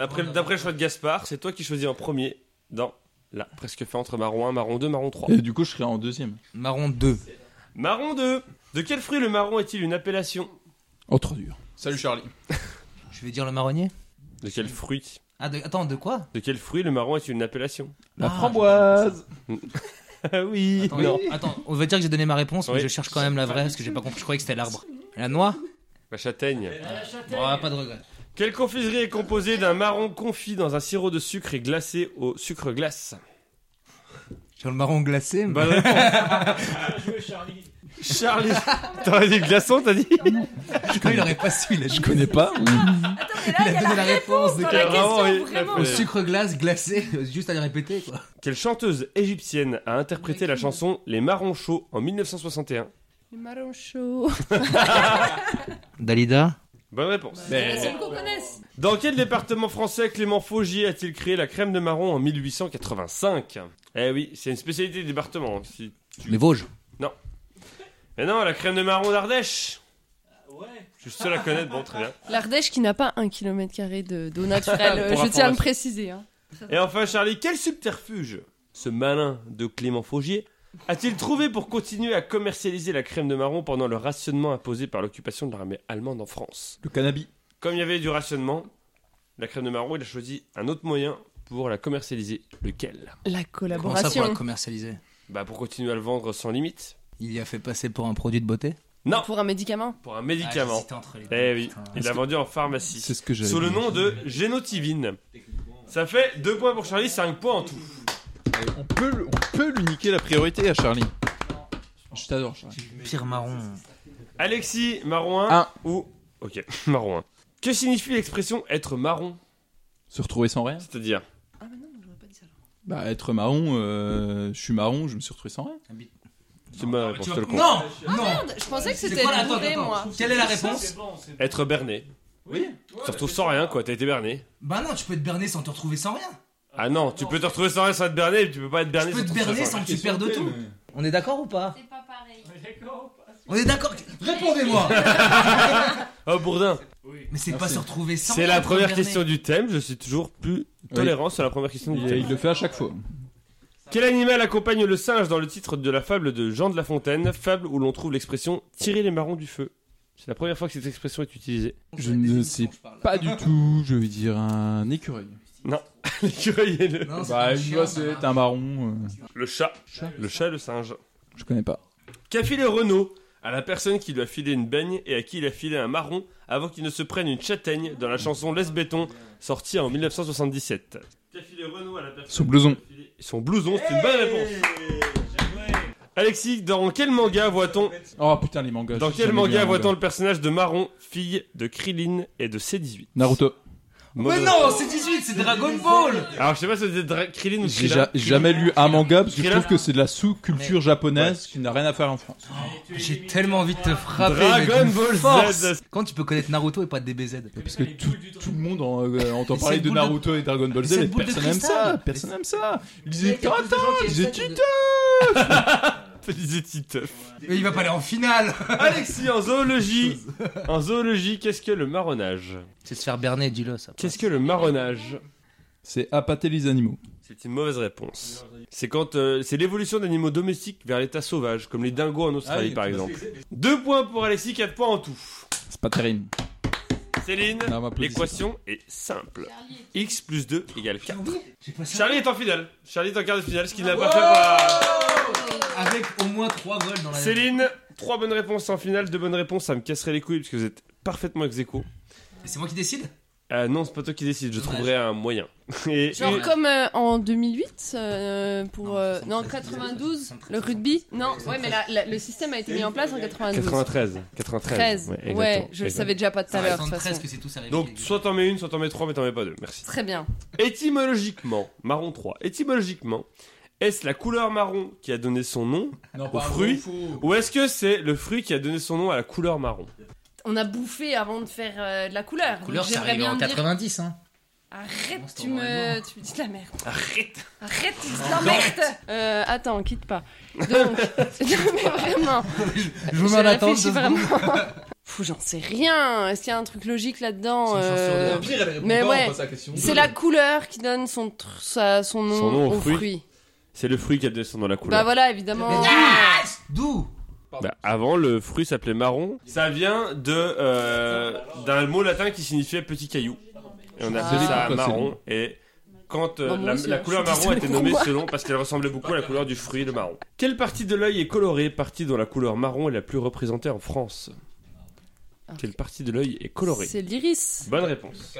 Speaker 1: après, d'après le choix de Gaspard, c'est toi qui choisis en premier dans la presque fin entre marron 1, marron 2, marron 3.
Speaker 6: Et du coup, je serai en deuxième.
Speaker 2: Marron 2.
Speaker 1: Marron 2 De quel fruit le marron est-il une appellation
Speaker 6: Entre Oh, dur. Salut Charlie.
Speaker 2: Je vais dire le marronnier.
Speaker 1: De quel fruit
Speaker 2: Ah, de- attends, de quoi
Speaker 1: De quel fruit le marron est-il une appellation
Speaker 6: La
Speaker 2: Ah,
Speaker 6: framboise
Speaker 1: Ah oui
Speaker 2: Attends, oui. attends, on va dire que j'ai donné ma réponse,
Speaker 1: Oui.
Speaker 2: mais je cherche quand même la vraie parce que j'ai pas compris. Je croyais que c'était l'arbre. La noix
Speaker 1: La châtaigne.
Speaker 2: Bon, Pas de regret.
Speaker 1: Quelle confiserie est composée d'un marron confit dans un sirop de sucre et glacé au sucre glace
Speaker 2: Sur le marron glacé. mais-
Speaker 7: Bah,
Speaker 1: Bonne réponse Charlie T'aurais dit le glaçon, t'as dit
Speaker 2: Putain, il aurait pas su, il a,
Speaker 6: Je connais pas.
Speaker 7: Attends, mais
Speaker 2: il
Speaker 7: là,
Speaker 2: a
Speaker 7: il y a la
Speaker 2: donné la réponse
Speaker 7: réponse
Speaker 2: de
Speaker 7: dans
Speaker 1: quel
Speaker 7: la
Speaker 1: rang, oui,
Speaker 7: question, euh, vraiment.
Speaker 2: Au
Speaker 1: Ouais.
Speaker 2: sucre glace glacé, juste à le répéter quoi.
Speaker 1: Quelle chanteuse égyptienne a interprété la chanson Les marrons chauds en 1961
Speaker 4: Les marrons chauds.
Speaker 2: Dalida
Speaker 1: Bonne réponse.
Speaker 4: Eh.
Speaker 7: C'est la seule qu'on connaisse.
Speaker 1: Dans quel département français Clément Faugier a-t-il créé la crème de marron en 1885 Eh oui, c'est une spécialité du département. si-
Speaker 2: Les Vosges.
Speaker 1: Mais non, la crème de marron d'Ardèche
Speaker 6: Ah
Speaker 5: Ouais.
Speaker 1: Je suis seul à connaître, bon, très bien.
Speaker 4: L'Ardèche qui n'a pas un kilomètre carré de d'eau naturelle, euh, je tiens à le préciser. hein.
Speaker 1: Et enfin, Charlie, quel subterfuge ce malin de Clément Faugier a-t-il trouvé pour continuer à commercialiser la crème de marron pendant le rationnement imposé par l'occupation de l'armée allemande en France
Speaker 6: Le cannabis.
Speaker 1: Comme il y avait du rationnement, la crème de marron, il a choisi un autre moyen pour la commercialiser. Lequel
Speaker 2: Comment
Speaker 4: La
Speaker 2: ça pour
Speaker 4: collaboration.
Speaker 2: la commercialiser
Speaker 1: Bah, pour continuer à le vendre sans limite.
Speaker 2: Il y a fait passer pour un produit de beauté
Speaker 1: Non
Speaker 4: Pour un médicament.
Speaker 1: Pour un
Speaker 6: Ah,
Speaker 1: médicament.
Speaker 2: Ah, entre les
Speaker 1: eh oui, il l'a vendu en pharmacie.
Speaker 6: C'est ce que j'avais.
Speaker 1: Sous le
Speaker 6: dit.
Speaker 1: nom de génotivine. Ça fait 2 points pour Charlie, 5 points en tout.
Speaker 6: On peut, le- on peut lui niquer la priorité à Charlie. Je t'adore, Charlie.
Speaker 2: Pire marron.
Speaker 1: Alexis, marron 1
Speaker 6: Un.
Speaker 1: ou... Ok, marron 1. Que signifie l'expression être marron
Speaker 6: Se retrouver sans rien
Speaker 1: C'est-à-dire
Speaker 4: Ah, mais non, j'aurais pas dit ça.
Speaker 6: Bah, être marron, euh, je suis marron, je me suis retrouvé sans rien.
Speaker 1: C'est
Speaker 2: Ah,
Speaker 1: ma réponse, je te le compte.
Speaker 2: Non Non
Speaker 4: Je pensais que c'était
Speaker 2: quoi la
Speaker 4: bourré, moi.
Speaker 2: Quelle est la réponse
Speaker 1: Être berné.
Speaker 2: Oui
Speaker 1: Tu te retrouves sans rien, quoi, t'as été berné.
Speaker 2: Bah non, tu peux te berner sans te retrouver sans rien.
Speaker 1: Ah non, tu peux te retrouver sans rien sans être berné, mais tu peux pas être berné
Speaker 2: Tu peux te
Speaker 1: retrouver
Speaker 2: berner sans que tu perdes tout. On est d'accord ou pas
Speaker 7: C'est pas pareil.
Speaker 2: On est d'accord Répondez-moi
Speaker 1: Oh Bourdin,
Speaker 2: Mais c'est pas se retrouver sans
Speaker 1: c'est la première question du thème, je suis toujours plus tolérant sur la première question du
Speaker 6: Et
Speaker 1: thème.
Speaker 6: il le fait à chaque fois.
Speaker 1: Quel animal accompagne le singe dans le titre de la fable de Jean de La Fontaine, fable où l'on trouve l'expression tirer les marrons du feu C'est la première fois que cette expression est utilisée.
Speaker 6: Je ne sais pas du tout, je vais dire un écureuil.
Speaker 1: L'écureuil et le...
Speaker 2: Non, c'est
Speaker 6: Bah,
Speaker 2: un
Speaker 6: une
Speaker 2: chien,
Speaker 6: noix, c'est un marron. euh,
Speaker 1: le chat.
Speaker 6: Chat.
Speaker 1: Le chat et le singe.
Speaker 6: je connais pas.
Speaker 1: Qu'a filé Renault à la personne qui lui a filé une baigne et à qui il a filé un marron avant qu'il ne se prenne une châtaigne dans la chanson Laisse béton sortie en 1977 Qu'a filé Renault à la personne
Speaker 6: Son blouson.
Speaker 1: qui lui a filé- Son blouson, c'est une bonne réponse. Alexis, dans quel manga voit-on
Speaker 6: Oh putain, les mangas.
Speaker 1: dans
Speaker 6: je sais
Speaker 1: quel
Speaker 6: jamais lu
Speaker 1: manga
Speaker 6: un
Speaker 1: voit-on le personnage de Marron, fille de Krillin et de C18
Speaker 6: Naruto.
Speaker 2: Mais non, c'est 18, c'est Dragon Ball
Speaker 1: Alors je sais pas si c'est Dra- Krillin ou
Speaker 6: J'ai
Speaker 1: Krillin.
Speaker 6: ja- jamais lu un manga parce que je
Speaker 1: Krillin.
Speaker 6: trouve que c'est de la sous-culture japonaise qui n'a rien à faire en France.
Speaker 2: J'ai tellement envie de te frapper.
Speaker 1: Dragon
Speaker 2: mais d'une
Speaker 1: Ball Z.
Speaker 2: force. Quand tu peux connaître Naruto et pas DBZ
Speaker 6: Parce que tout, tout le monde en- euh, entend
Speaker 2: Mais
Speaker 6: parler
Speaker 2: cette
Speaker 6: de
Speaker 2: boule de-
Speaker 6: Naruto et Dragon Ball
Speaker 2: Mais
Speaker 6: Z
Speaker 2: cette
Speaker 6: et
Speaker 2: boule de
Speaker 6: personne n'aime
Speaker 2: cristal.
Speaker 6: ça. Personne n'aime ça.
Speaker 5: Il
Speaker 6: Ils
Speaker 5: y
Speaker 6: disaient
Speaker 5: a plus de gens
Speaker 6: Tintin,
Speaker 5: qui
Speaker 6: ils
Speaker 5: aiment
Speaker 6: disaient
Speaker 5: ça que de-
Speaker 6: Tintin.
Speaker 1: Des petites.
Speaker 2: Mais il va pas aller en finale
Speaker 1: Alexis, en zoologie, en zoologie, qu'est-ce que le marronnage
Speaker 2: C'est se faire berner, dis-le ça.
Speaker 1: Qu'est-ce que le marronnage
Speaker 6: C'est appâter les animaux.
Speaker 1: C'est une mauvaise réponse. C'est quand euh, c'est l'évolution d'animaux domestiques vers l'état sauvage, comme les dingos en Australie
Speaker 6: Ah oui,
Speaker 1: par
Speaker 6: parce
Speaker 1: exemple. Deux points pour Alexis, quatre points en tout.
Speaker 6: C'est pas terrible.
Speaker 1: Céline,
Speaker 6: Non, ma position.
Speaker 1: l'équation est simple. X plus 2 égale 4.
Speaker 2: J'ai pas ça.
Speaker 1: Charlie est en finale. Charlie est en quart de finale, ce qu'il n'a pas fait pour
Speaker 2: Avec au moins 3 goals dans
Speaker 1: la...
Speaker 2: la
Speaker 1: Céline, trois bonnes réponses en finale, deux bonnes réponses, ça me casserait les couilles parce que vous êtes parfaitement ex aequo.
Speaker 2: Et C'est moi qui décide
Speaker 1: Euh, non, c'est pas toi qui décide, je
Speaker 2: Dommage.
Speaker 1: trouverai un moyen. Et-
Speaker 4: Genre
Speaker 1: et-
Speaker 4: comme euh, en 2008, euh, pour...
Speaker 2: Non,
Speaker 4: euh,
Speaker 2: soixante-treize,
Speaker 4: Non, 92,
Speaker 2: soixante-treize,
Speaker 4: le rugby. Non, ouais, mais la- la- le système a été mis en place en 92.
Speaker 1: 93. 93.
Speaker 4: 13,
Speaker 1: exactement,
Speaker 4: ouais, je le
Speaker 1: exactement.
Speaker 4: savais déjà pas tout à l'heure, de toute
Speaker 2: 73
Speaker 4: façon.
Speaker 2: Ah, que c'est tous arrivé.
Speaker 1: Donc, soit t'en mets une, soit t'en mets trois, mais t'en mets pas deux. Merci.
Speaker 4: Très bien.
Speaker 1: Étymologiquement, marron 3. Étymologiquement, est-ce la couleur marron qui a donné son nom
Speaker 6: Non,
Speaker 1: pas un fruit. ou est-ce que c'est le fruit qui a donné son nom à la couleur marron
Speaker 4: On a bouffé avant de faire euh, de la couleur.
Speaker 2: La couleur,
Speaker 4: Donc,
Speaker 2: c'est
Speaker 4: j'aimerais
Speaker 2: arrivé
Speaker 4: bien
Speaker 2: en
Speaker 4: dire-
Speaker 2: 90, hein. Non,
Speaker 4: Arrête,
Speaker 2: c'est
Speaker 4: tu
Speaker 2: en noir et
Speaker 4: me, tu me dis de la merde. Arrête. Arrête, tu dis de la merde. Euh, attends, quitte pas. Donc, non, mais vraiment.
Speaker 2: Je vous mets en attente.
Speaker 4: réfléchis vraiment. Fou, j'en sais rien. Est-ce qu'il y a un truc logique là-dedans euh, Mais ouais, c'est la couleur qui donne son, tr- sa- son, nom,
Speaker 1: Son nom au
Speaker 4: au
Speaker 1: fruit.
Speaker 4: fruit.
Speaker 1: C'est le fruit qui a donné son nom à la
Speaker 4: Bah
Speaker 1: couleur.
Speaker 4: voilà, évidemment.
Speaker 2: Ah, D'où
Speaker 1: Bah, avant, le fruit s'appelait marron. Ça vient de euh, d'un mot latin qui signifiait petit caillou. Et on a appelé
Speaker 4: Ah.
Speaker 1: ça
Speaker 6: Pourquoi c'est
Speaker 1: marron. Et quand euh,
Speaker 4: Bah, moi
Speaker 1: la,
Speaker 4: aussi,
Speaker 1: la
Speaker 4: hein.
Speaker 1: couleur
Speaker 4: Je suis
Speaker 1: marron a été
Speaker 4: désolée
Speaker 1: nommée
Speaker 4: pour moi.
Speaker 1: selon parce qu'elle ressemblait beaucoup à la couleur du fruit, le marron. Quelle partie de l'œil est colorée Partie dont la couleur marron est la plus représentée en France.
Speaker 4: Ah.
Speaker 1: Quelle partie de l'œil est colorée
Speaker 4: C'est l'iris.
Speaker 1: Bonne réponse.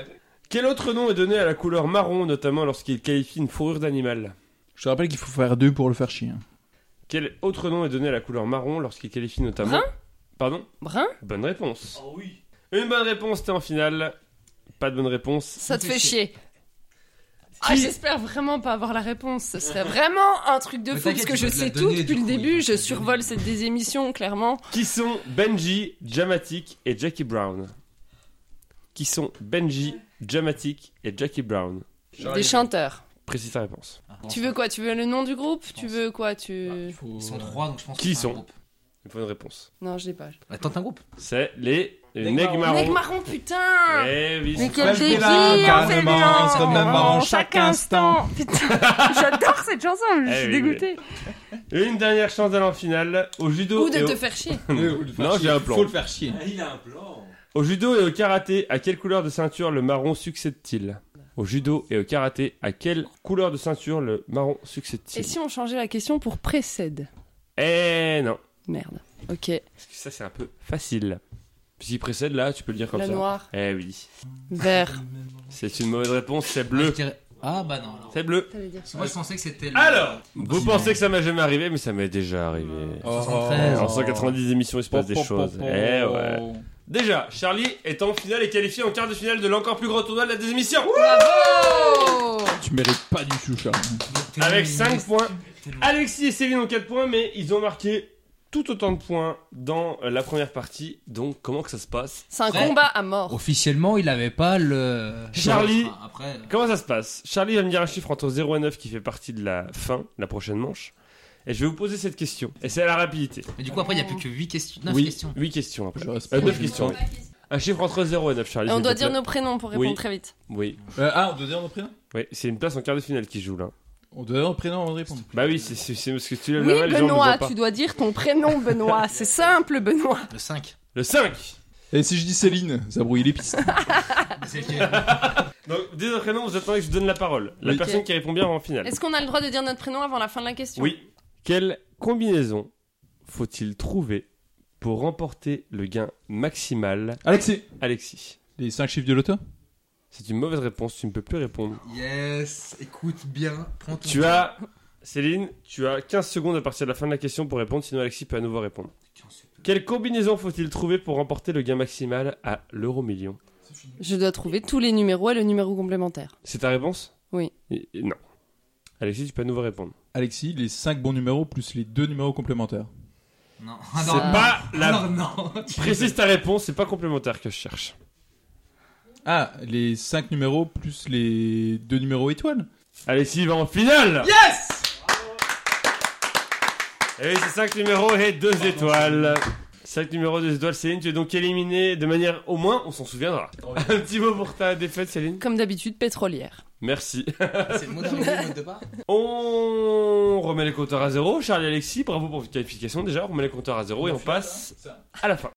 Speaker 1: Quel autre nom est donné à la couleur marron, notamment lorsqu'il qualifie une fourrure d'animal
Speaker 6: Je te rappelle qu'il faut faire deux pour le faire chier. hein.
Speaker 1: Quel autre nom est donné à la couleur marron lorsqu'il qualifie notamment...
Speaker 4: Brun
Speaker 1: Pardon
Speaker 4: Brun
Speaker 1: Bonne réponse.
Speaker 4: Ah
Speaker 5: Oh oui.
Speaker 1: Une bonne réponse, t'es en finale. Pas de bonne réponse.
Speaker 4: Ça te fait chier. Ah,
Speaker 1: Qui-
Speaker 4: j'espère vraiment pas avoir la réponse. Ce serait vraiment un truc de
Speaker 2: Mais
Speaker 4: fou parce
Speaker 2: t'inquiète,
Speaker 4: que
Speaker 2: il
Speaker 4: je
Speaker 2: va te la
Speaker 4: sais tout
Speaker 2: donner,
Speaker 4: depuis
Speaker 2: du
Speaker 4: le
Speaker 2: coup, il
Speaker 4: début.
Speaker 2: va te
Speaker 4: Je
Speaker 2: la
Speaker 4: survole cette désémission, clairement.
Speaker 1: Qui sont Benji, Jamatic et Jackie Brown Qui sont Benji, Jamatic et Jackie Brown
Speaker 4: Des chanteurs.
Speaker 1: Précise ta réponse.
Speaker 4: Tu veux quoi Tu veux le nom du groupe Tu
Speaker 2: pense.
Speaker 4: veux quoi
Speaker 6: Bah.
Speaker 4: Tu
Speaker 2: Ils sont 3, donc je pense
Speaker 1: Qui
Speaker 2: que c'est un
Speaker 1: sont
Speaker 2: groupe.
Speaker 1: Il faut une réponse.
Speaker 4: Non, je l'ai pas.
Speaker 2: Bah, Tente un groupe.
Speaker 1: C'est les les
Speaker 6: Neg
Speaker 1: Neg
Speaker 4: Neg
Speaker 1: Marron.
Speaker 4: marron, putain
Speaker 1: Eh oui,
Speaker 4: Mais
Speaker 1: c'est
Speaker 4: quel
Speaker 6: Faites-le
Speaker 4: débile
Speaker 6: là,
Speaker 4: On fait le
Speaker 6: calmement,
Speaker 4: bilan
Speaker 6: comme un marron, chaque instant.
Speaker 4: Putain, j'adore cette chanson, je
Speaker 1: Eh
Speaker 4: suis
Speaker 1: oui,
Speaker 4: dégoûtée.
Speaker 1: Une dernière chance d'aller en finale au judo.
Speaker 4: Ou de
Speaker 1: et oh. au...
Speaker 4: te faire chier.
Speaker 1: Non, j'ai un plan.
Speaker 6: euh, Faut le faire chier.
Speaker 5: Ah, il a un plan.
Speaker 1: au judo et au karaté, à quelle couleur de ceinture le marron succède-t-il Au judo et au karaté, à quelle couleur de ceinture le marron
Speaker 4: Et
Speaker 1: succède-t-il
Speaker 4: si on changeait la question pour précède
Speaker 1: Eh non.
Speaker 4: Merde. Ok,
Speaker 1: Parce que ça, c'est un peu facile. Puisqu'il précède là, tu peux le dire comme
Speaker 4: la
Speaker 1: ça.
Speaker 4: noire,
Speaker 1: Eh oui.
Speaker 4: vert.
Speaker 1: C'est une mauvaise réponse, c'est
Speaker 2: Ah, je
Speaker 1: bleu.
Speaker 2: dirais- Ah bah non. alors.
Speaker 1: C'est bleu.
Speaker 4: T'allais dire
Speaker 2: Parce que Moi je pensais que c'était le.
Speaker 1: Alors, vous
Speaker 2: Dis-
Speaker 1: pensez que ça m'est jamais arrivé, mais ça m'est déjà arrivé.
Speaker 6: Oh.
Speaker 2: 73.
Speaker 1: Ah, En 190 émissions, il se passe des
Speaker 6: Oh, oh,
Speaker 1: choses.
Speaker 6: oh, oh.
Speaker 1: Eh ouais. Déjà, Charlie est en finale et qualifié en quart de finale de l'encore plus grand tournoi de la désémission.
Speaker 4: Bravo
Speaker 6: Tu mérites pas du tout, Charles.
Speaker 2: Tellement
Speaker 1: Avec
Speaker 2: il
Speaker 1: 5
Speaker 2: reste-
Speaker 1: points.
Speaker 2: tellement-
Speaker 1: Alexis et Céline ont 4 points, mais ils ont marqué tout autant de points dans euh, la première partie. Donc, comment que ça se passe
Speaker 4: C'est un
Speaker 2: Prêt
Speaker 4: combat à mort.
Speaker 2: Officiellement, il avait pas le.
Speaker 1: Charlie.
Speaker 2: Enfin, Après. euh,
Speaker 1: Comment ça se passe Charlie va me dire un chiffre entre 0 et 9 qui fait partie de la fin, la prochaine manche. Et je vais vous poser cette question. Et c'est à la rapidité.
Speaker 2: Mais du coup, après, il y a plus que 8 questions. 9
Speaker 1: oui,
Speaker 2: questions.
Speaker 1: 8 questions après.
Speaker 6: Je reste
Speaker 1: Euh,
Speaker 6: pas.
Speaker 1: neuf questions. Un chiffre entre 0 et 9, Charlie.
Speaker 4: Et on
Speaker 1: s'il
Speaker 4: doit
Speaker 1: te plaît.
Speaker 4: dire nos prénoms pour répondre
Speaker 1: Oui.
Speaker 4: très vite.
Speaker 1: Oui.
Speaker 6: Euh, ah, on doit dire nos prénoms
Speaker 1: Oui, c'est une place en quart de finale qui joue là.
Speaker 6: On doit dire nos prénoms avant de répondre.
Speaker 1: Bah oui, c'est- c'est c'est parce que tu lèves
Speaker 4: Oui,
Speaker 1: la main, les gens ne le voient
Speaker 4: Benoît,
Speaker 1: pas.
Speaker 4: tu dois dire ton prénom, Benoît. C'est simple, Benoît.
Speaker 2: Le 5.
Speaker 1: Le 5
Speaker 6: Et si je dis Céline, ça brouille les pistes.
Speaker 2: C'est lequel
Speaker 1: Donc, dès notre nom, vous attendez que je vous donne la parole. La
Speaker 6: Oui.
Speaker 1: personne
Speaker 4: Ok.
Speaker 1: qui répond bien en finale.
Speaker 4: Est-ce qu'on a le droit de dire notre prénom avant la fin de la question
Speaker 1: Oui. Quelle combinaison faut-il trouver pour remporter le gain maximal
Speaker 6: Alexis
Speaker 1: Alexis,
Speaker 6: Les 5 chiffres de l'auto
Speaker 1: c'est une mauvaise réponse, tu ne peux plus répondre.
Speaker 2: Yes, écoute bien, prends ton
Speaker 1: Tu
Speaker 2: temps.
Speaker 1: as, Céline, tu as 15 secondes à partir de la fin de la question pour répondre, sinon Alexis peut à nouveau répondre. Quelle combinaison faut-il trouver pour remporter le gain maximal à l'euro million
Speaker 4: Je dois trouver tous les numéros et le numéro complémentaire.
Speaker 1: C'est ta réponse
Speaker 4: Oui.
Speaker 1: Et- et non. Alexis, tu peux à nouveau répondre.
Speaker 6: Alexis, les 5 bons numéros plus les 2 numéros complémentaires.
Speaker 2: Non, Ah
Speaker 1: C'est
Speaker 2: non,
Speaker 1: pas
Speaker 2: non, Ah
Speaker 1: la
Speaker 2: non, non. tu-
Speaker 1: Précise ta réponse, c'est pas complémentaire que je cherche.
Speaker 6: Ah, les 5 numéros plus les 2 numéros étoiles
Speaker 1: Alexis va en finale
Speaker 2: Yes
Speaker 1: Et Eh oui, c'est 5 numéros et 2 étoiles. 5 numéros, 2 étoiles. Céline, tu es donc éliminée de manière au moins, on s'en souviendra. Un petit mot pour ta défaite, Céline
Speaker 4: Comme d'habitude, pétrolière.
Speaker 1: Merci.
Speaker 2: C'est le mot d'arrivée, le mot de départ
Speaker 1: On remet les compteurs à zéro. Charlie Alexis, bravo pour votre qualification déjà. On remet les compteurs à zéro et on passe à la fin.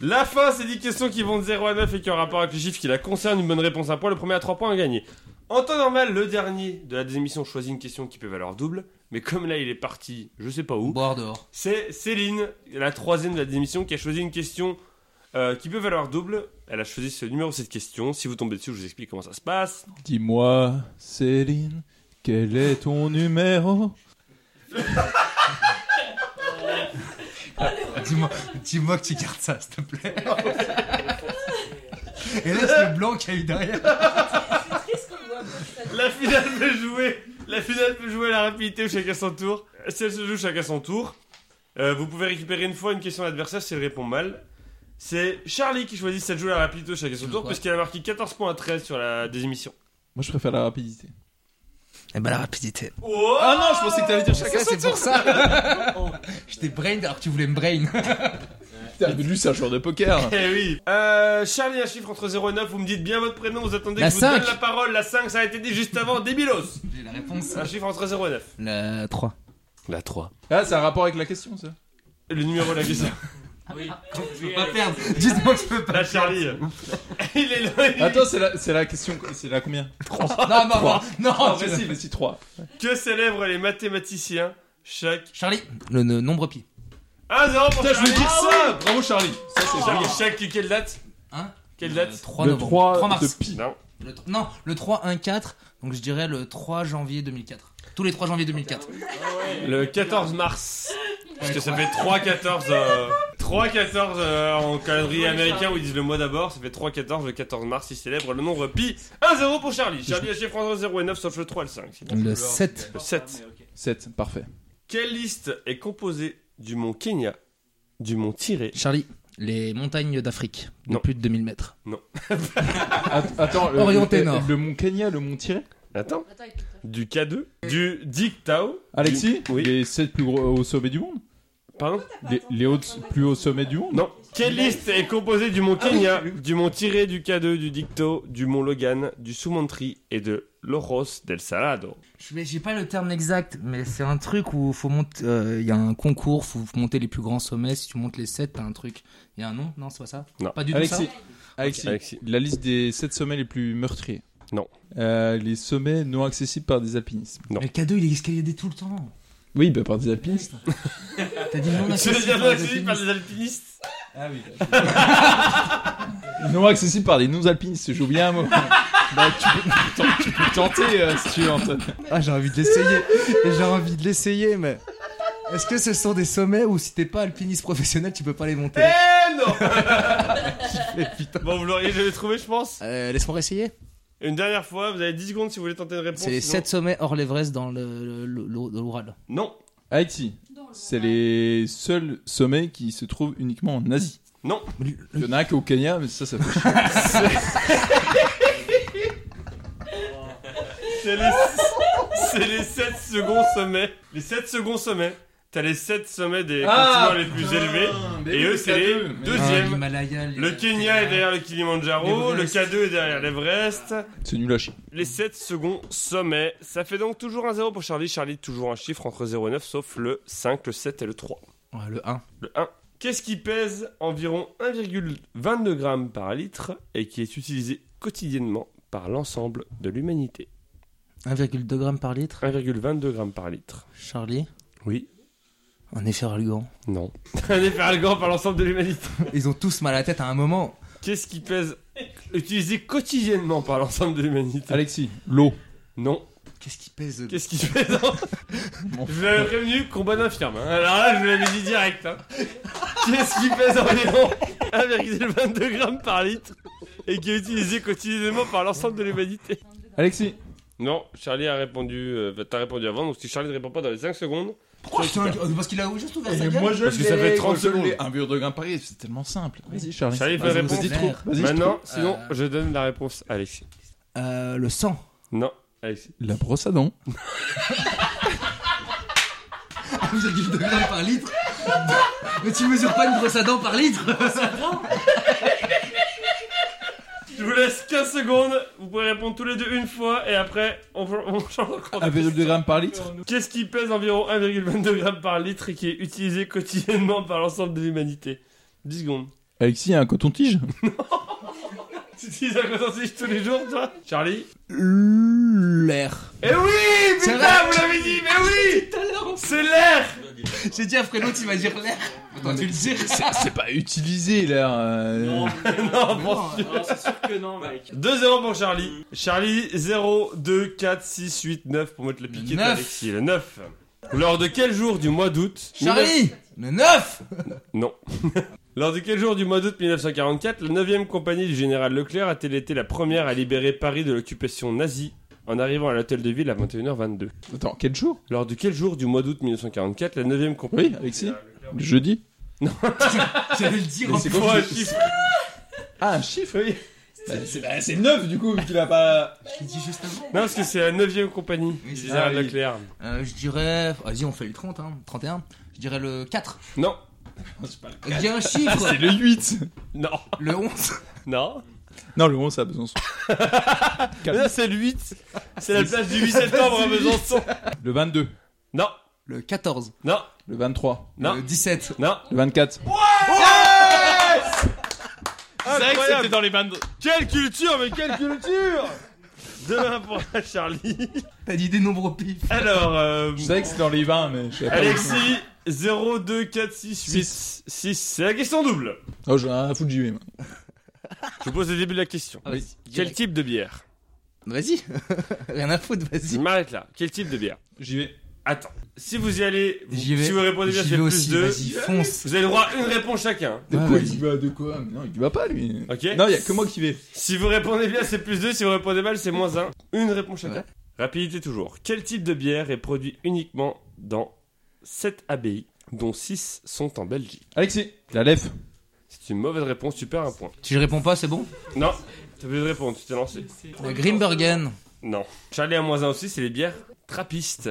Speaker 1: La fin, c'est 10 questions qui vont de 0 à 9 et qui ont rapport avec le chiffre qui la concerne. Une bonne réponse, un point. Le premier à 3 points à gagner. En temps normal, le dernier de la désémission choisit une question qui peut valoir double. Mais comme là, il est parti, je sais pas où.
Speaker 2: Boire dehors.
Speaker 1: C'est Céline, la troisième de la démission, qui a choisi une question euh, qui peut valoir double. Elle a choisi ce numéro de cette question. Si vous tombez dessus, je vous explique comment ça se passe.
Speaker 6: Dis-moi, Céline, quel est ton numéro
Speaker 2: Ah, Dis-moi dis-moi que tu gardes ça, s'il te plaît. Et laisse le blanc qu'il y a eu derrière.
Speaker 7: Qu'est-ce qu'on voit ça
Speaker 1: La finale peut jouer. La finale peut jouer à la rapidité ou chacun son tour. Si elle se joue chacun son tour, euh, vous pouvez récupérer une fois une question à l'adversaire si elle répond mal. C'est Charlie qui choisit cette jouer à la rapidité ou chacun son
Speaker 2: Je
Speaker 1: tour,
Speaker 2: crois.
Speaker 1: puisqu'elle a marqué 14 points à 13 sur la désémission.
Speaker 6: Moi, je préfère la rapidité.
Speaker 2: Eh ben la rapidité.
Speaker 1: Oh
Speaker 6: Ah non, je pensais que t'allais dire
Speaker 2: Ça, c'est pour ça. Je t'ai brain alors que tu voulais me brain.
Speaker 6: Putain, mais lui, c'est un joueur de poker
Speaker 1: Eh oui euh, Charlie, un chiffre entre 0 et 9, vous me dites bien votre prénom, vous attendez
Speaker 2: La
Speaker 1: que je vous
Speaker 2: cinq.
Speaker 1: donne la parole, la 5, ça a été dit juste avant, débilos
Speaker 2: J'ai la réponse.
Speaker 1: Un chiffre entre 0 et 9.
Speaker 2: La 3.
Speaker 1: La 3.
Speaker 6: Ah, c'est un rapport avec la question, ça
Speaker 1: Le numéro de la question.
Speaker 5: Oui.
Speaker 2: Je peux pas perdre. Dis-moi que je peux pas.
Speaker 1: La Charlie. Il est là.
Speaker 6: Attends, c'est la, c'est la question, c'est la combien
Speaker 2: Non, non, non.
Speaker 6: Trois.
Speaker 2: Non,
Speaker 6: mais
Speaker 2: tu-
Speaker 6: si, mais si, 3.
Speaker 1: Que célèbrent les mathématiciens chaque...
Speaker 2: Charlie, le, le nombre pi.
Speaker 1: 1 0 pour
Speaker 6: Putain, je
Speaker 1: Charlie.
Speaker 6: voulais dire
Speaker 1: Ah
Speaker 6: ça Bravo, Charlie Ça,
Speaker 1: oui.
Speaker 6: c'est
Speaker 1: Charlie, chaque, quelle date
Speaker 2: Hein
Speaker 1: Quelle
Speaker 2: Le
Speaker 1: date
Speaker 2: 3
Speaker 6: Le
Speaker 2: novembre.
Speaker 6: 3,
Speaker 2: 3 mars.
Speaker 6: de pi.
Speaker 1: Non.
Speaker 2: Le tr- non, le 3 1 4, donc je dirais le 3 janvier 2004. Tous les 3 janvier 2004.
Speaker 1: Le 14 mars. Ah, Parce que ça fait 3-14... euh, 3-14 euh, en calendrier américain où ils disent le mois d'abord, ça fait 3-14, le 14 mars, ils célèbrent le nombre pi 1-0 pour Charlie. Charlie, un chiffre entre 0 et 9, sauf le 3 et le 5.
Speaker 2: Le 7.
Speaker 1: Le 7.
Speaker 6: 7, parfait.
Speaker 1: Quelle liste est composée du mont Kenya, du mont Tiré,
Speaker 2: Charlie, les montagnes d'Afrique, de
Speaker 1: Non.
Speaker 2: plus de 2000 mètres.
Speaker 6: Att- Attends, le,
Speaker 2: Orienté
Speaker 6: le-
Speaker 2: nord.
Speaker 6: le mont Kenya, le mont Tiré
Speaker 1: Attends. Du K2. Du Dictao.
Speaker 6: Alexis,
Speaker 1: Du- Oui.
Speaker 6: les 7 plus gros hauts sommets du monde
Speaker 1: Pardon
Speaker 6: Les, les hautes- plus hauts sommets du monde
Speaker 1: Non. Quelle liste est composée du mont Kenya, du mont Tiré, du K2, du Dictao, du mont Logan, du Sumantri et de l'Oros del Salado
Speaker 2: Je mais j'ai pas le terme exact, mais c'est un truc où faut monter. euh, Il y a un concours, faut monter les plus grands sommets. Si tu montes les 7, t'as un truc. Il y a un nom Non, c'est pas ça
Speaker 1: Non.
Speaker 2: Pas du tout
Speaker 6: Alexis,
Speaker 2: ça
Speaker 6: Alexis,
Speaker 1: Alexis.
Speaker 6: la liste des 7 sommets les plus meurtriers
Speaker 1: Non.
Speaker 6: Euh, les sommets non accessibles par des alpinistes
Speaker 1: Non.
Speaker 2: Le K2, il est escaladé tout le temps.
Speaker 6: Oui, bah par des alpinistes.
Speaker 2: T'as dit non
Speaker 1: Ah, C'est
Speaker 2: accessible
Speaker 1: bien
Speaker 2: par les
Speaker 1: accessible par
Speaker 2: alpinistes.
Speaker 1: des alpinistes
Speaker 2: Ah oui.
Speaker 6: non accessibles par des non-alpinistes, j'ai oublié un mot. bah, tu, peux, attends, tu peux tenter euh, si tu veux, Antoine.
Speaker 2: Ah, j'ai envie de l'essayer. J'ai envie de l'essayer, mais. Est-ce que ce sont des sommets où si t'es pas alpiniste professionnel, tu peux pas les monter Eh,
Speaker 1: Eh non
Speaker 2: Putain.
Speaker 1: Bon, vous l'auriez jamais trouvé, je pense.
Speaker 2: Euh, Laisse-moi essayer.
Speaker 1: Une dernière fois, vous avez 10 secondes si vous voulez tenter une réponse.
Speaker 2: C'est les
Speaker 1: sinon-
Speaker 2: 7 sommets hors l'Everest dans le- le- le- de l'Oural.
Speaker 1: Non.
Speaker 6: Haïti, c'est les seuls sommets qui se trouvent uniquement en Asie.
Speaker 1: Non.
Speaker 6: Il y en a un qui est au Kenya, mais ça, ça fait chier.
Speaker 1: C'est les... c'est les 7 secondes sommets. Les 7 secondes sommets. T'as les 7 sommets des continents les plus élevés.
Speaker 6: Ah.
Speaker 1: Et eux, c'est les
Speaker 2: Ah,
Speaker 1: deuxièmes.
Speaker 2: l'Himalaya, les-
Speaker 1: Le Kenya est derrière le Kilimanjaro, le
Speaker 2: L'Everest.
Speaker 1: K2 est derrière l'Everest.
Speaker 6: C'est nul à chier.
Speaker 1: Les 7 secondes sommet. Ça fait donc toujours un 0 pour Charlie. Charlie, toujours un chiffre entre 0 et 9, sauf le 5, le 7 et le 3.
Speaker 2: Ouais, le 1.
Speaker 1: Le 1. Qu'est-ce qui pèse environ 1,22 grammes par litre et qui est utilisé quotidiennement par l'ensemble de l'humanité
Speaker 2: 1,2 grammes par litre.
Speaker 1: 1,22 grammes par litre.
Speaker 2: Charlie,
Speaker 1: Oui.
Speaker 2: un effet arrogant.
Speaker 1: Non. Un effet arrogant par l'ensemble de l'humanité.
Speaker 2: Ils ont tous mal à la tête à un moment.
Speaker 1: Qu'est-ce qui pèse utilisé quotidiennement par l'ensemble de l'humanité
Speaker 6: Alexis, l'eau.
Speaker 1: Non.
Speaker 2: Qu'est-ce qui pèse
Speaker 1: Qu'est-ce qui pèse Je vous l'avais prévenu, combat d'infirme. hein. Alors là, je vous l'avais dit direct. hein. Qu'est-ce qui pèse environ 1,22 grammes par litre et qui est utilisé quotidiennement par l'ensemble de l'humanité
Speaker 6: Alexis.
Speaker 1: Non, Charlie a répondu. euh, T'as répondu avant, donc si Charlie ne répond pas dans les 5 secondes.
Speaker 8: Pourquoi je te Parce qu'il a juste
Speaker 1: Eh,
Speaker 8: ouvert sa
Speaker 6: Et
Speaker 8: gueule.
Speaker 6: Eh, moi je
Speaker 1: Parce que ça fait 30 secondes.
Speaker 6: Un beurre de grain Paris, c'est tellement simple. Vas-y Charlie.
Speaker 1: Charlie fait
Speaker 2: Vas-y,
Speaker 1: réponse.
Speaker 2: vas-y, trouve.
Speaker 6: Vas-y, je
Speaker 1: Maintenant, sinon,
Speaker 2: Euh.
Speaker 1: je donne la réponse à Alexis.
Speaker 2: euh, Le sang.
Speaker 1: Non, Alexis.
Speaker 6: La brosse à dents.
Speaker 2: 1,2 grammes par litre. Mais tu mesures pas une brosse à dents par litre
Speaker 1: Je vous laisse 15 secondes. Vous pouvez répondre tous les deux une fois et après, on, on change encore. de
Speaker 6: 1,2
Speaker 1: question.
Speaker 6: g par litre.
Speaker 1: Qu'est-ce qui pèse environ 1,22 grammes par litre et qui est utilisé quotidiennement par l'ensemble de l'humanité 10 secondes.
Speaker 6: Alexis, un coton-tige.
Speaker 1: Tu utilises un coton-tige tous les jours, toi Charlie
Speaker 2: L'air.
Speaker 1: Eh oui
Speaker 2: C'est
Speaker 1: Putain,
Speaker 2: vrai.
Speaker 1: vous l'avez dit, mais oui C'est l'air
Speaker 2: J'ai dit à Frédo, tu vas dire l'air. Quand tu le dis.
Speaker 6: C'est c'est pas utilisé là. euh,
Speaker 5: Non,
Speaker 1: Non, bon.
Speaker 5: non, c'est sûr que non, mec.
Speaker 1: 2-0 pour Charlie. Charlie, 0, 2, 4, 6, 8, 9 pour mettre le
Speaker 2: Le
Speaker 1: piquet
Speaker 2: neuf.
Speaker 1: d'Alexis. Le 9. Lors de quel jour du mois d'août
Speaker 2: Charlie Le 9
Speaker 1: Lors de quel jour du mois d'août 1944, la 9e compagnie du général Leclerc a-t-elle été la première à libérer Paris de l'occupation nazie en arrivant à l'hôtel de ville à 21h22
Speaker 6: Attends, quel jour
Speaker 1: Lors de quel jour du mois d'août 1944, la 9e compagnie.
Speaker 6: Oui, Alexis. Le jeudi.
Speaker 2: J'allais le dire
Speaker 6: Mais
Speaker 2: en
Speaker 6: c'est
Speaker 2: plus.
Speaker 6: quoi
Speaker 1: Faut un chiffre.
Speaker 6: Ah, un chiffre, oui. Bah, C'est bah, c'est neuf du coup, vu qu'il a pas.
Speaker 2: Je l'ai dit juste avant.
Speaker 1: Non, parce que c'est la 9e compagnie
Speaker 2: Oui,
Speaker 1: du
Speaker 2: c'est
Speaker 1: général
Speaker 6: ça, oui.
Speaker 1: Leclerc.
Speaker 2: Euh, je dirais. Vas-y, on fait le 30, hein. 31. Je dirais le 4.
Speaker 1: Non,
Speaker 2: Je dirais un chiffre.
Speaker 1: Ah,
Speaker 6: C'est le 8.
Speaker 1: non,
Speaker 2: le 11.
Speaker 1: non.
Speaker 6: Non, le 11, ça a besoin.
Speaker 1: Mais non, c'est le 8. C'est la place du 8 septembre à Besançon.
Speaker 6: Le 22.
Speaker 1: Non,
Speaker 2: Le 14.
Speaker 1: non,
Speaker 6: Le 23.
Speaker 1: Non.
Speaker 2: Le 17.
Speaker 1: non.
Speaker 6: Le 24.
Speaker 1: C'est vrai que c'était dans les bandes. Quelle culture, mais quelle culture Demain pour Charlie.
Speaker 2: T'as dit des nombres au pif.
Speaker 1: Alors, euh,
Speaker 6: Je savais que c'était dans les 20, mais je savais pas.
Speaker 1: Alexis 0, 2, 4, 6, 8, 6. C'est la question double.
Speaker 6: Oh, j'ai un fou de JV. moi.
Speaker 1: Je vous pose le début de la question.
Speaker 2: Ah, vas-y,
Speaker 1: Quel
Speaker 2: direct.
Speaker 1: type de bière
Speaker 2: Vas-y. Rien à foutre, vas-y.
Speaker 1: Je m'arrête là. Quel type de bière
Speaker 6: J'y vais.
Speaker 1: Attends. Si vous y allez, vous-
Speaker 2: J'y vais.
Speaker 1: si vous répondez bien,
Speaker 2: J'y
Speaker 1: c'est
Speaker 2: vais
Speaker 1: plus
Speaker 2: aussi,
Speaker 1: 2.
Speaker 2: vas-y, fonce.
Speaker 1: Vous avez le droit à une réponse chacun.
Speaker 6: De
Speaker 2: Ouais,
Speaker 6: quoi
Speaker 2: vas-y.
Speaker 6: il va De quoi Mais Non, il va pas lui.
Speaker 1: Ok
Speaker 6: Non, il y a que moi qui vais.
Speaker 1: Si vous répondez bien, c'est plus 2. Si vous répondez mal, c'est moins 1. Une réponse chacun. Rapidité toujours. Quel type de bière est produit uniquement dans 7 abbayes, dont 6 sont en Belgique
Speaker 6: Alexis. La lef.
Speaker 1: C'est une mauvaise réponse, tu perds un point.
Speaker 2: Tu réponds pas, c'est bon
Speaker 1: Non, t'as plus de réponse, tu t'es lancé.
Speaker 2: Le Grimbergen.
Speaker 1: Non. Charlie à moins 1 aussi, c'est les bières trappistes.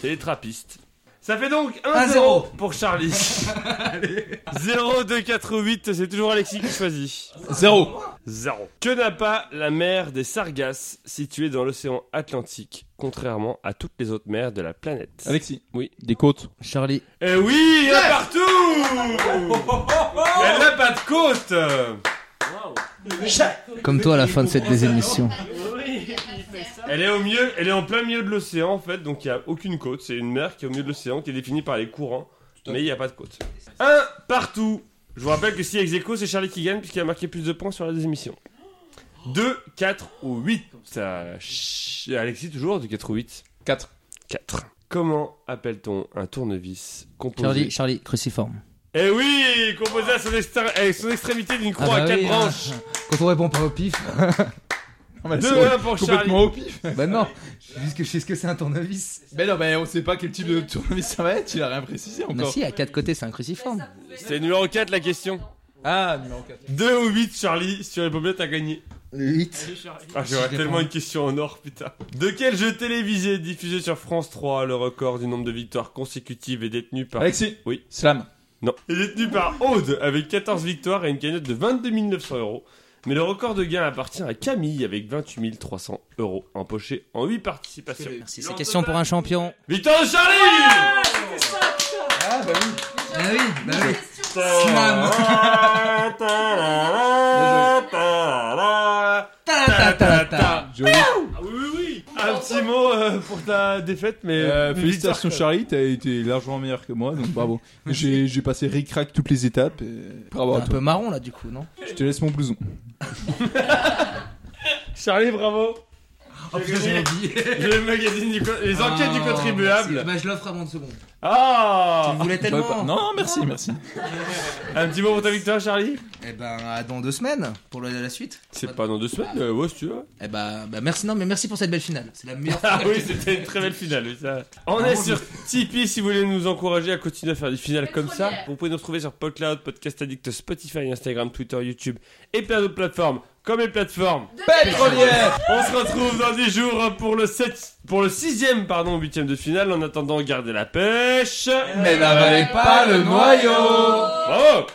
Speaker 1: C'est les trappistes. Ça fait donc 1-0
Speaker 2: 1-0.
Speaker 1: pour Charlie. 0-2-4-8, c'est toujours Alexis qui choisit.
Speaker 6: 0.
Speaker 1: 0. Que n'a pas la mer des Sargasses située dans l'océan Atlantique, contrairement à toutes les autres mers de la planète
Speaker 6: Alexis.
Speaker 1: Oui.
Speaker 6: Des côtes.
Speaker 2: Charlie.
Speaker 1: Eh oui, il y en a partout Elle n'a pas de côte
Speaker 5: Waouh.
Speaker 2: Comme toi à la fin de cette désémission.
Speaker 5: Oui, il fait ça.
Speaker 1: Elle est au milieu, elle est en plein milieu de l'océan en fait, donc il n'y a aucune côte. C'est une mer qui est au milieu de l'océan, qui est définie par les courants, mais il n'y a pas de côte. Un partout. Je vous rappelle que si ex aequo, c'est Charlie qui gagne puisqu'il a marqué plus de points sur la deuxième émission. 2, 4 ou 8. Alexis toujours, de 4 ou 8
Speaker 6: 4.
Speaker 1: 4. Comment appelle-t-on un tournevis composé
Speaker 2: Charlie, Charlie, cruciforme.
Speaker 1: Eh oui, composé à son, extra- avec son extrémité d'une croix à
Speaker 2: bah
Speaker 1: 4
Speaker 2: oui, hein.
Speaker 1: branches.
Speaker 2: Quand on répond pas au pif.
Speaker 6: Non, Ah, mais
Speaker 1: 2
Speaker 6: c'est
Speaker 1: 1 pour Charlie.
Speaker 6: complètement au pif.
Speaker 2: bah non. Juste que je sais ce que c'est un tournevis.
Speaker 6: Mais non, mais on sait pas quel type de tournevis ça va être, il a rien précisé
Speaker 2: Mais
Speaker 6: encore.
Speaker 2: Bah si, à quatre côtés, c'est un cruciforme.
Speaker 1: C'est numéro 4 la question.
Speaker 6: Ah, numéro 4.
Speaker 1: 2 ou 8 Charlie, si tu réponds bien, t'as gagné.
Speaker 2: 8.
Speaker 1: Ah, j'aurais
Speaker 2: Je
Speaker 1: tellement
Speaker 2: réponds.
Speaker 1: une question en or, putain. De quel jeu télévisé diffusé sur France 3 le record du nombre de victoires consécutives est détenu par.
Speaker 6: Alexis.
Speaker 1: Oui.
Speaker 6: Slam.
Speaker 1: Non. Est détenu par Aude avec 14 victoires et une cagnotte de 22 900 euros. Mais le record de gain appartient à Camille avec 28 300 euros empochés en 8 participations.
Speaker 2: Merci, c'est question pour un champion.
Speaker 1: Victoire de Charlie
Speaker 6: Ah, bah oui.
Speaker 2: Bah oui, bah oui. Slam.
Speaker 1: Ta- ta- ta- ta- ta- ta- ta- ta-
Speaker 6: Joli.
Speaker 1: Ah Un petit mot la défaite, mais.
Speaker 6: Euh,
Speaker 1: mais
Speaker 6: félicitations
Speaker 1: bizarre,
Speaker 6: Charlie, t'as été largement meilleur que moi, donc bravo. J'ai j'ai passé ric-rac toutes les étapes. et Bravo
Speaker 2: T'es
Speaker 6: à
Speaker 2: un peu
Speaker 6: toi.
Speaker 2: marron là du coup, non
Speaker 6: Je te laisse mon blouson.
Speaker 1: quoi. Charlie, bravo.
Speaker 8: Oh putain, j'ai la vie.
Speaker 1: Le magazine du. co- Les enquêtes du
Speaker 2: Ah,
Speaker 1: contribuable.
Speaker 2: merci. Bah, je l'offre à mon seconde.
Speaker 1: Ah
Speaker 2: Tu le voulais
Speaker 6: Bah,
Speaker 2: tellement. hein
Speaker 6: pas- Non, non, merci, merci.
Speaker 1: Un petit mot pour ta victoire, Charlie
Speaker 2: Eh ben, à dans deux semaines pour le- la suite.
Speaker 1: C'est pas dans deux semaines, euh, ouais, si tu veux.
Speaker 2: Eh ben, bah, merci, non, mais merci pour cette belle finale. C'est la meilleure
Speaker 1: Ah
Speaker 2: finale.
Speaker 1: oui, c'était une très belle finale, oui, ça. On est sur Tipeee si vous voulez nous encourager à continuer à faire des finales comme ça. Vous pouvez nous retrouver sur PodCloud, Podcast Addict, Spotify, Instagram, Twitter, YouTube et plein d'autres plateformes, comme les plateformes pétrolières. On se retrouve dans 10 jours pour le 7 pour le 6ème pardon, 8 de finale. En attendant, gardez la pêche.
Speaker 8: Mais n'avalez pas le noyau
Speaker 1: Bravo.
Speaker 7: Bravo.